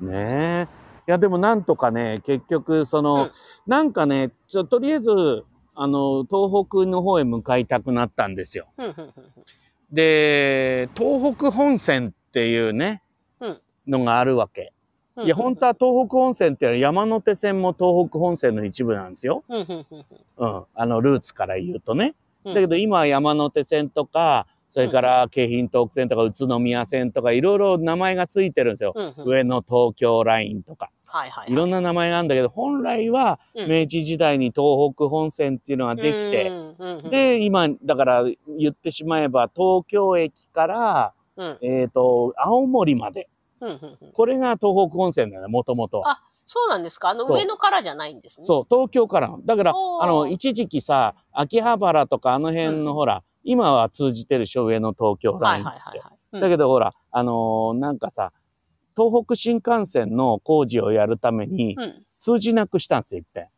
うん。ねえ。いや、でもなんとかね、結局、その、うんなんかね、ちょ、とりあえず、あの、東北の方へ向かいたくなったんですよ。うんうんうんで、東北本線っていうね、うんのがあるわけ。うんいや、本当は東北本線っていうのは山手線も東北本線の一部なんですよ。うんうんうんうん。あの、ルーツから言うとね。うんだけど今は山手線とか、それから京浜東北線とか宇都宮線とかいろいろ名前がついてるんですよ。うんうん上野東京ラインとか。はいはいいろんな名前があるんだけど、本来はうん明治時代に東北本線っていうのがなできて、て、で、今、だから言ってしまえば、東京駅から、うんえっ、と、青森まで。うんうんうんこれが東北本線なんだよ、もともとは。そうなんですかあのそう上野からじゃないんですね。そう、東京からの。だから、おーあの、一時期さ、秋葉原とかあの辺の、うんほら、今は通じてるでしょ、上の東京ラはイいンっはいつっはてい。はい。だけど、どほら、あのーなんかさ、東北新幹線の工事をやるために、うん通じなくしたんですよ、いっぺん。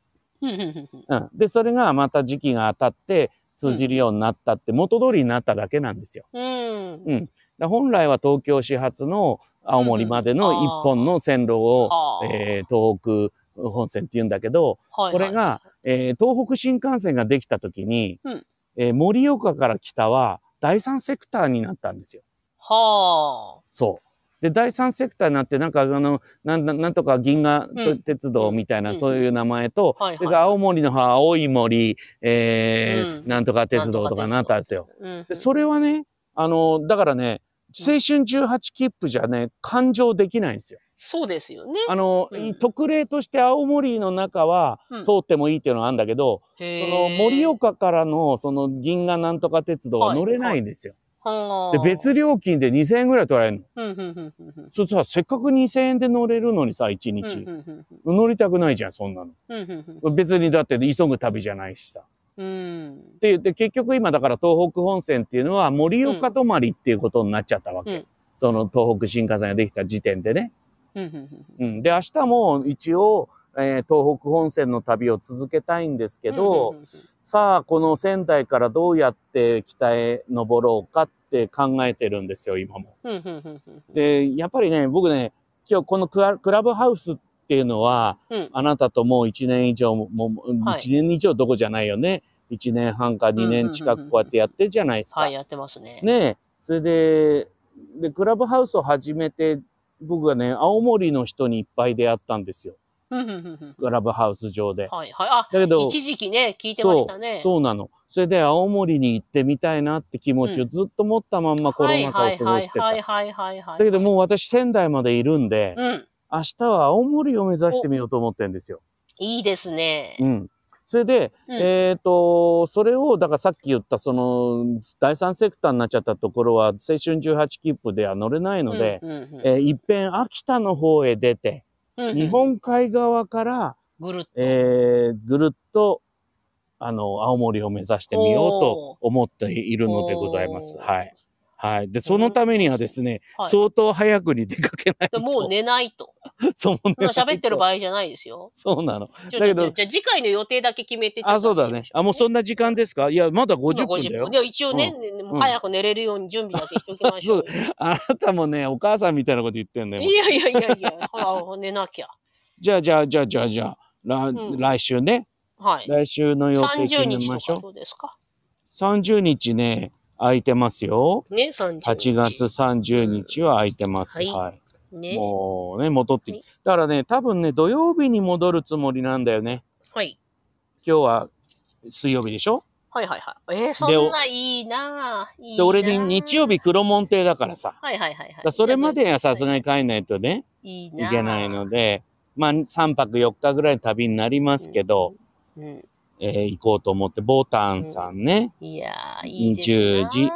うんうんうんうんうん。で、それがまた時期が当たって通じるようになったって、元通りになっただけなんですよ。うんうんだから本来は東京始発の青森までのうんうん一本の線路を、あーえー東北本線って言うんだけど、はいはいこれが、えー東北新幹線ができた時に、うんえー盛岡から北は第三セクターになったんですよ。はそう。で、第三セクターになって、なんかあの、なんなんなんとか銀河うん鉄道みたいな、うんそういう名前と、はいはいそれから青森の方は青い森、えーうんなんとか鉄道とかななんとか鉄道ったんであ。すよ。うんうんで、それはね、あの、だからね、青春18切符じゃね、感情できないんですよ。そうですよね。あの、うん特例として青森の中はうん通ってもいいっていうのはあるんだけど、そその盛岡からのその銀河なんとか鉄道は乗れないんですよ。岡で、別料金で2000円ぐらい取られるの。うんうんうんうんうんそしたらせっかく2000円で乗れるのにさ、1うん日。うんうんうん乗りたくないじゃん、そんなうんうんの。別にだって急ぐ旅じゃないしさ。うんで、で結局今だから東北本線っていうのは盛岡止まりっていうことになっちゃったわけ。うんその東北新幹線ができた時点でね。うんうんうんうん。で、明日も一応、えー東北本線の旅を続けたいんですけうど、んうんうんさあ、この仙台からどうやって北へ登ろうかって考えてるんですよ、今も。うんうんうんうんうんで、やっぱりね、僕ね、今日このクラクラブハウスっていうのは、うんあなたともう1年以上も、もうはい1年以上どこじゃないよね。1年半か2年近うんうんうんうくんこうやってやってるじゃないですか。はい、やってますね。ねえ。それで、で、クラブハウスを始めて、僕はね、青森の人にいっぱい出会ったんですよ。うんうんうんうんクラブハウス上で。はいはい。あ、だけど、一時期ね、聞いてまそしうたね。そうなの。それで青森に行ってみたいなって気持ちをずっと持ったまんまコロナ禍を過ごしてた。はいはいはいだはいはいはい。けどもう私仙台までいるんで、うん。明日は青森を目指してみようと思ってるんですよ。いいですねう。ん。それで、うんえっ、と、それを、だからさっき言った、その、第三セクターになっちゃったところは、青春18切符では乗れないので、うんうんえーいっぺん秋田の方へ出て、うんうん日本海側から、ぐるっと。えーぐるっと、あの、青森を目指してみようと思っているのでございます。おーはい。はい。で、そのためにはですね、はい相当早くに出かけないと。もう寝ないと。 そうそんな喋ってる合。場合じゃないです よ。そうなの。ちょだけどちょちょじゃあ次回の予定だけ決めてあ、そうだね。あ、もうそんんな時間ですかいや、まだ50分だよ。でも一応ね、もう早く寝れるように準備だけしておきまし ょう。あなたもね、お母さんみたいなこと言ってんだいよ。やいやいやいや、ほら寝なきゃ。じゃあ、じゃあ、じゃあ、じゃあ、じゃあ、らうん来週ね。はい。来週の予定30決め日とまかしょどうですかう。30日ね、空いてますよ。ね、30日。 8月30日は空いてます。はいはねい。。もうね、戻ってはきいだからね、多分ね、土曜日に戻るつもりなんだよね。はい。今日は水曜日でしょはいはいはい。えー、そんないいなぁ。いいで、なぁ俺に日曜。日黒門亭だからさ。はいはいはいはだからい。それまではさすがに帰んないとね、いいいなぁけないので、まあ、3泊4日ぐらいの旅になりますけど、うん。えー行こうと思って、ボタンさんね、いやー、いいですな20時ー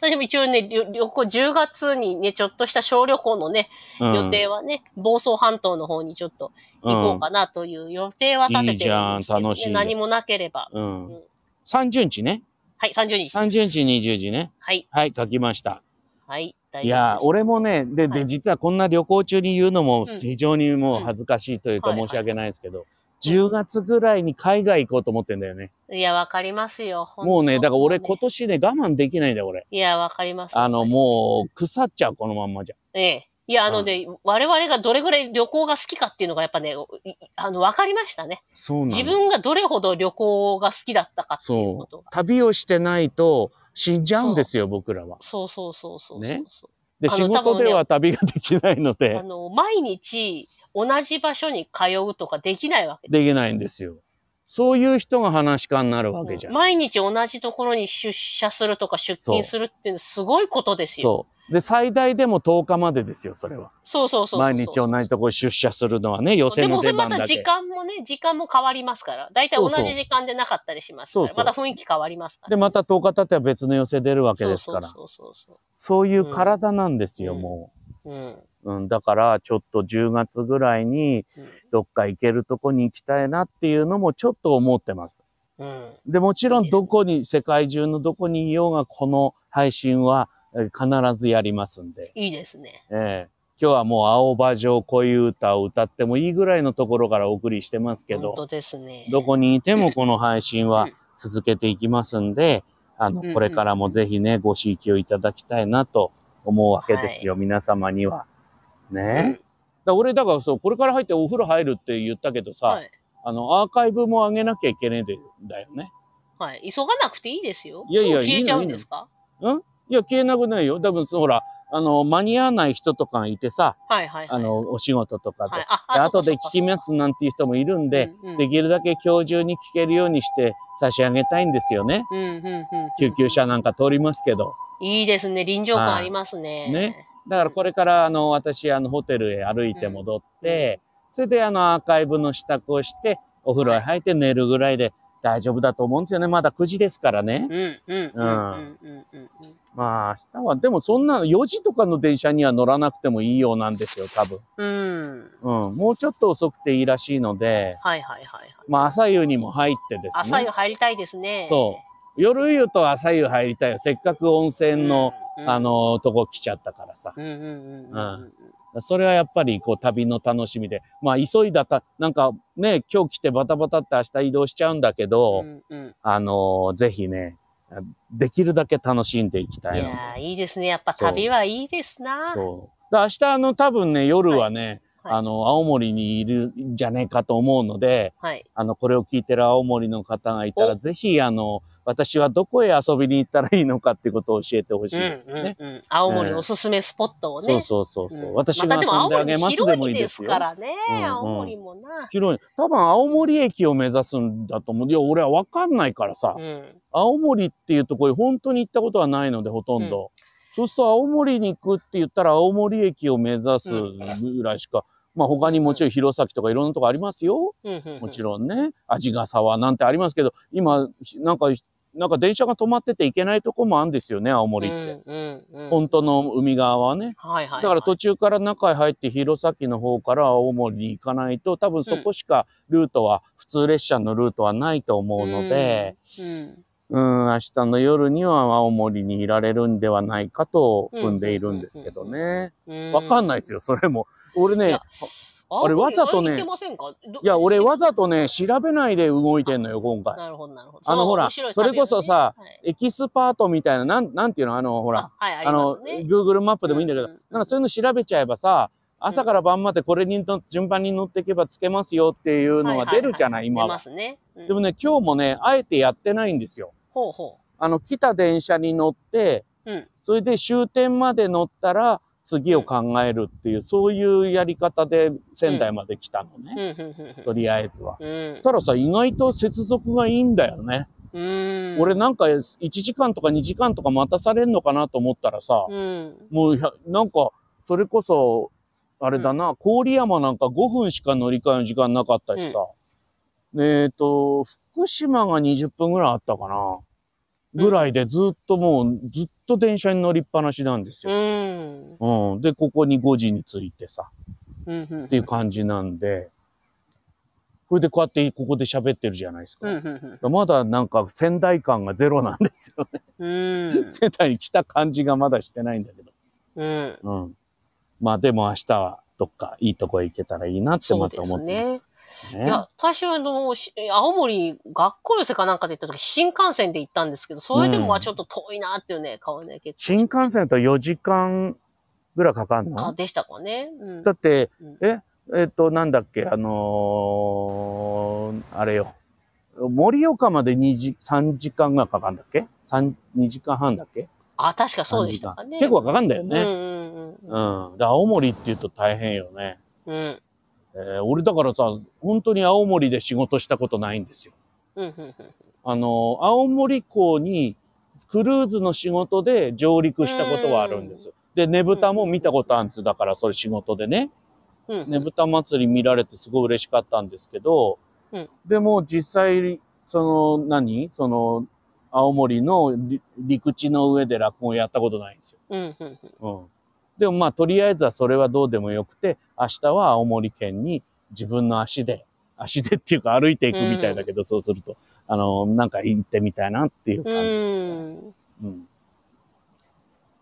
私も一応ね、旅旅行、10月にね、ちょっとした小旅行のね、うん予定はね、房総半島の方にちょっと行こうかなという予定は立ててるんですけど、ねいいじゃん楽しいじゃん何もなければ。うんうん30日ね。はい、30日。 30日20時ね。はい、はい、書きました。はい、大いやー、俺もね、で、はで、い実はこんな旅行中に言うのもうん非常にもう恥ずかしいというかうん申し訳ないですけど、10月ぐらいに海外行こうと思ってんだよね。いや、わかりますよ。ほんともうね、だから俺もうね今年ね、我慢できないんだよ、俺。いや、わかります。あの、う。もう腐っちゃう、このまんまじゃ。ええ。いや、あのね、我々がどれぐらい旅行が好きかっていうのがやっぱね、いいあの、わかりましたね。そうなの。自分がどれほど旅行が好きだったかっていうことが。旅をしてないと死んじゃうんですよ、僕らは。そうそうそうそうそう。ねで、あの仕多事分ねでは旅ができないのあで、の、毎日同じ場所に通うとかできないわけできないんですよ。そういう人が話し家になるわけじゃん。毎日同じところに出社するとか出勤するっていうのすごいことですよ。そう。で、最大でも10日までですよ、それは。そうそうそうそう毎日同じとこ出社するのはね、予で選のもそ出れま番ただ時け。間もね、時間も変わりますから。だいたいそ同うそうじ時間でなかったりしますから。そうそうまた雰囲気変わりますから。で、また10日経っては別の寄せ出るわけですから。そうそうそうそういう体なんですよ、うんもそう。うん。う。うん、だから、ちょっと10月ぐらいに、どっか行けるとこに行きたいなっていうのもちょっと思ってます。うん。で、もちいろいんですねどこに、世界中のどこにいようが、この配信はえー必ずやりますんで、いいですね。ええ今日はもう青葉城恋歌を歌ってもいいぐらいのところからお送りしてますけ本ど、当ですね。どこにいてもこの配信うはん続けていきますんで、あのうんうん、これからもぜひね、ご刺激をいただきたいなと思うわけですよ、皆様には。ね。だ俺、だからそう、これから入ってお風呂入るって言ったけどさ、はい。あの、アーカイブも上げなきゃいけないんだよね。はい。急がなくていいですよ。いやいやすぐ消えちゃうんいいのですかいや、消えなくないよ。多分、そのほら、あの、間に合わない人とかいてさ、はいはいはい。あの、お仕事とかで。はい、であ、あ後で聞きますなんていう人もいるんで、、そうかそうかできるだけ今日中に聞けるようにして差し上げたいんですよね。うんうんうんうんうん救急車なんか通りますけど。いいですね。臨場感ありますね。はいね。だからこれから、あの、私、あの、ホテルへ歩いて戻って、それで、あの、アーカイブの支度をして、お風呂へ入って寝るぐらいで大丈夫だと思うんですよね。まだ9時ですからね。うんうんうんうんうんうんまあ、明日は、でもそんな4時とかの電車には乗らなくてもいいようなんですよ、多分。うん。うん。うん、もうちょっと遅くていいらしいので、はいはいはいはい。まあ朝夕にも入ってですね。朝湯入りたいですね。そ夜湯と朝夕入りたいよ。せっかく温う泉の、んうんあ、の、とこ来ちゃったからさ。うんうんうんうんううん。それはやっぱりこう旅の楽しみで。まあ急いだた、なんかね、今日来てバタバタって明日移動しちゃうんだけど、うんうんあの、ぜひね、できるだけ楽しんでいきたいいので。やーいいですね。やっぱそう旅はいいですな。そう。だ明日あの多分ね、夜はね、はいはいあの、青森にいるんじゃねえかと思うので、はい。あの、これを聞いてる青森の方がいたおら、ぜひ、あの、私はどこへ遊びに行ったらいいのかってことを教えてほしういんですよね。うんうん。青森おすすめスポットをね。そうそうそうそう、うん私が遊んであげますでもいいですよ。またでも青森広いですからね。うんうん青森もな。広い。多分、青森駅を目指すんだと思う。いや、俺はわかんないからさ、うん。青森っていうところに本当に行ったことはないので、ほとんど。そうすると、青森に行くって言ったら、青森駅を目指すぐらいしか、まあ、他にもちろん弘前とかいろんなとこありますよ。うんうんうんもちろんね、味が沢なんてありますけど、今、ひなんか、なんか電車が止まってて行けないとこもあるんですよね、青森って。うんうんうん。本当の海側はね。はいはだい。から途中から中へ入って弘前の方から青森に行かないと、多分そこしかルートは、普通列車のルートはないと思うので、うん。うんうん、明日の夜には青森にいられるんではないかと踏んでいるんですけどね。わかんないですよ、それも。俺ね、あれわざとね、いや、俺わざとね、調べないで動いてんのよ、今回。なるほど、なるほど。あの、ほら、それこそさ、エキスパートみたいな、なん、なんていうの、あの、ほら、あの、Google マップでもいいんだけど、なんかそういうの調べちゃえばさ、朝から晩までこれにの順番に乗っていけばつけますよっていうのが出るじゃない、今は。でもね、今日もね、あえてやってないんですよ。ほうほう。あの、来た電車に乗って、それで終点まで乗ったら、次を考えるっていう、そういうやり方で仙台まで来たのね。とりあえずは。そしたらさ、意外と接続がいいんだよね。俺なんか1時間とか2時間とか待たされんのかなと思ったらさ、もうなんか、それこそ、あれだな、郡山なんか5分しか乗り換えの時間なかったしさ、えっ、と、福島が20分ぐらいあったかな。ぐらいでずっともう、ずっと電車に乗りっぱなしなんですよ。うん、うん。で、ここに5時に着いてさ、っていう感じなんで、それでこうやってここで喋ってるじゃないですか。まだなんか仙台感がゼロなんですよね。 仙台に来た感じがまだしてないんだけど。。うん。うんまあでも明日はどっかいいとこへ行けたらいいなってまた思ってます。ね、いや、私はあの、青森、学校寄せかなんかで行った時、新幹線で行ったんですけど、それでもまあちょっと遠いなっていうね、顔ね、結構。新幹線と4時間ぐらいかかんのかでしたかね。うん、だって、うん、え、えっ、ー、と、なんだっけ、あのー、あれよ。盛岡まで2時、3時間がかかんだっけ ?3、2時間半だっけあ、確かそうでしたかね。結構かかんだよね。うん、うん、で、青森って言うと大変よね。うん。えー、俺だからさ、本当に青森で仕事したことないんですよ。あの、青森港にクルーズの仕事で上陸したことはあるんです。で、ねぶたも見たことあるんです。だからそれ仕事でね。うんうん、ねぶた祭り見られてすごい嬉しかったんですけど、うん、でも実際、その何、その、青森の陸地の上で落語をやったことないんですよ。うんうんうん、うんでもまあとりあえずはそれはどうでもよくて、明日は青森県に自分の足で、足でっていうか歩いていくみたいだけど、うん、そうすると、あの、なんか行ってみたいなっていう感じですかね。うん、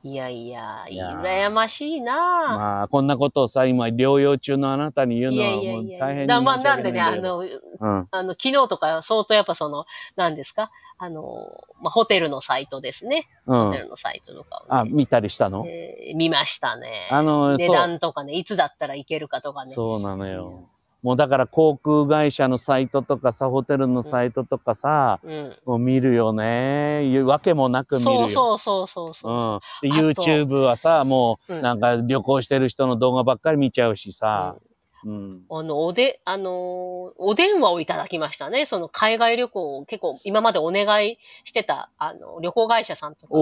いやいや、いや羨ましいなまあ、こんなことをさ、今、療養中のあなたに言うのはもう大変に申し訳ないだまあ、なんでね、あの、うん、あの、昨日とか相当やっぱその、何ですかあの、まあ、ホテルのサイトですね。うん、ホテルのサイトとかを、ね、あ、見たりしたの、えー、見ましたね。あの、値段とかね、いつだったらいけるかとかね。そうなのよ。うん、もうだから航空会社のサイトとかさ、ホテルのサイトとかさ、うん、もう見るよね。いうわけもなく見るよ。、そうそうそうそううん、YouTube はさ、もうなんか旅行してる人の動画ばっかり見ちゃうしさ。うん、あの、おで、あのー、お電話をいただきましたね。その海外旅行を結構今までお願いしてた、あの、旅行会社さんとか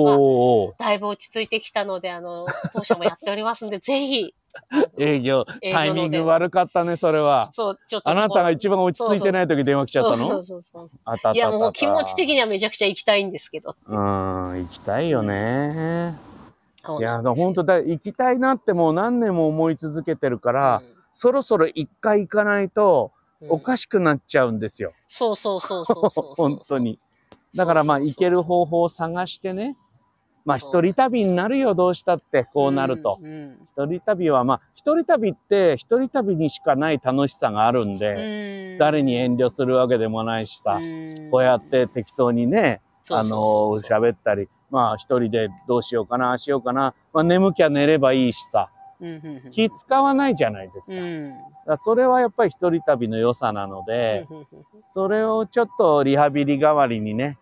が、だいぶ落ち着いてきたので、あの、当社もやっております んで、ぜひ。営業、タイミング悪かったね、それは。そう、ちょっと。あなたが一番落ち着いてない時電話来ちゃったのそうそうそうあたいや、もう気持ち的にはめちゃくちゃ行きたいんですけど。うん、行きたいよね。いや、本当だ、行きたいなってもう何年も思い続けてるから、うんそろそろ一回行かないと、おかしくなっちゃうんですよ。うん、そうそうそうそうそう本当に。だからまあ、行ける方法を探してね。まあ、一人旅になるよ、どうしたって、こうなると。うんうん、一人旅は、まあ、一人旅って、一人旅にしかない楽しさがあるんで、誰に遠慮するわけでもないしさ、こうやって適当にね、あの、喋ったり、まあ、一人でどうしようかな、ああしようかな、まあ、眠きゃ寝ればいいしさ、気使わないじゃないですか。うん、かそれはやっぱり一人旅の良さなので、それをちょっとリハビリ代わりにね、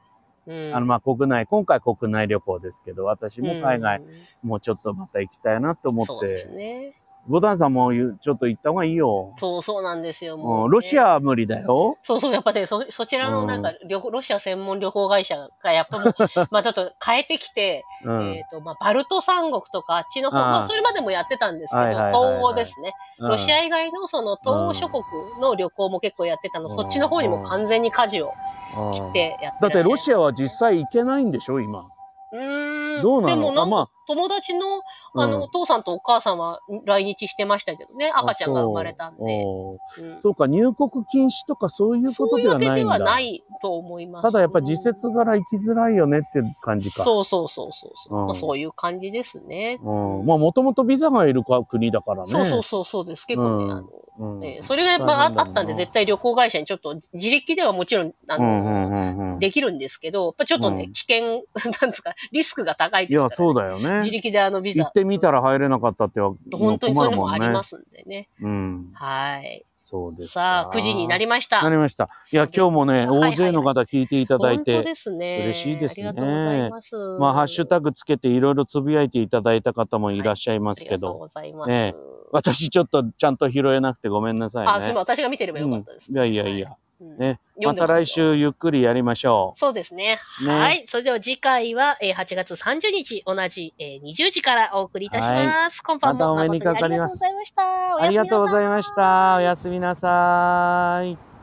うん、あのまあ国内、今回国内旅行ですけど、私も海外、もうちょっとまた行きたいなと思って。うん、ね。ボタンさんもちょっと行った方がいいよ。そうそうなんですよ。もう、ね、ロシアは無理だよ。そうそう、やっぱね、そ、そちらのなんか、うん、ロシア専門旅行会社が、やっぱもう、まあちょっと変えてきて、うん、えっ、と、まあバルト三国とかあっちの方、あまあそれまでもやってたんですけど、東欧ですね。ロシア以外のその東欧諸国の旅行も結構やってたの、うん、そっちの方にも完全に舵を切ってやってだってロシアは実際行けないんでしょ、今。うん。どうなでのもなんあまかあ友達の、あの、うんお父さんとお母さんは来日してましたけどね。赤ちゃんが生まれたんで。あそううんおーそうか、入国禁止とかそういうこそとういでうわはけないでんはだ。ないと思います。ただやっぱ自節柄行きづらいよねって感じか。そうそうそうそうそう。うんまあ、そういう感じですね。うん、まあもともとビザがいるか国だからね。そうそうそうそうです。結構ね、うんあの、うん。ねそれがやっぱあなんだあろうなったんで、絶対旅行会社にちょっと、自力ではもちろん、あうの、んうんうんうん。いできるんですけど、やっぱちょっとね、うん危険、 なんですか、リスクが高いですから、や、ね。そうだよ自ね。力であのビザ。行ってみたら入れなかったっては、本当にそれも困あるりんねますんでね。うん。はい。そうですさあ、9時になりましました。なりました。いや、今日もね、はいはい大勢の方聞いていただい本当て、ですね。嬉しいですねありがとうございます。まあ、ハッシュタグつけていろいろつぶやいていただいた方もいらっしゃいますけありがとうど、ございます。ええ私ちょっとちゃんと拾えなくてごめんなさいね。あ、すみません。私が見てればよかったです、いやいやいや。うんね。読まんですよた来週ゆっくりやりましょそうですね。ねはい。それでは次回は、えー8月30日、同じ、えー20時からお送りいたします。今晩もまたお目にかかります誠にありがとうございました。おう。あやりすみなさいがとうございました。おやすみなさい。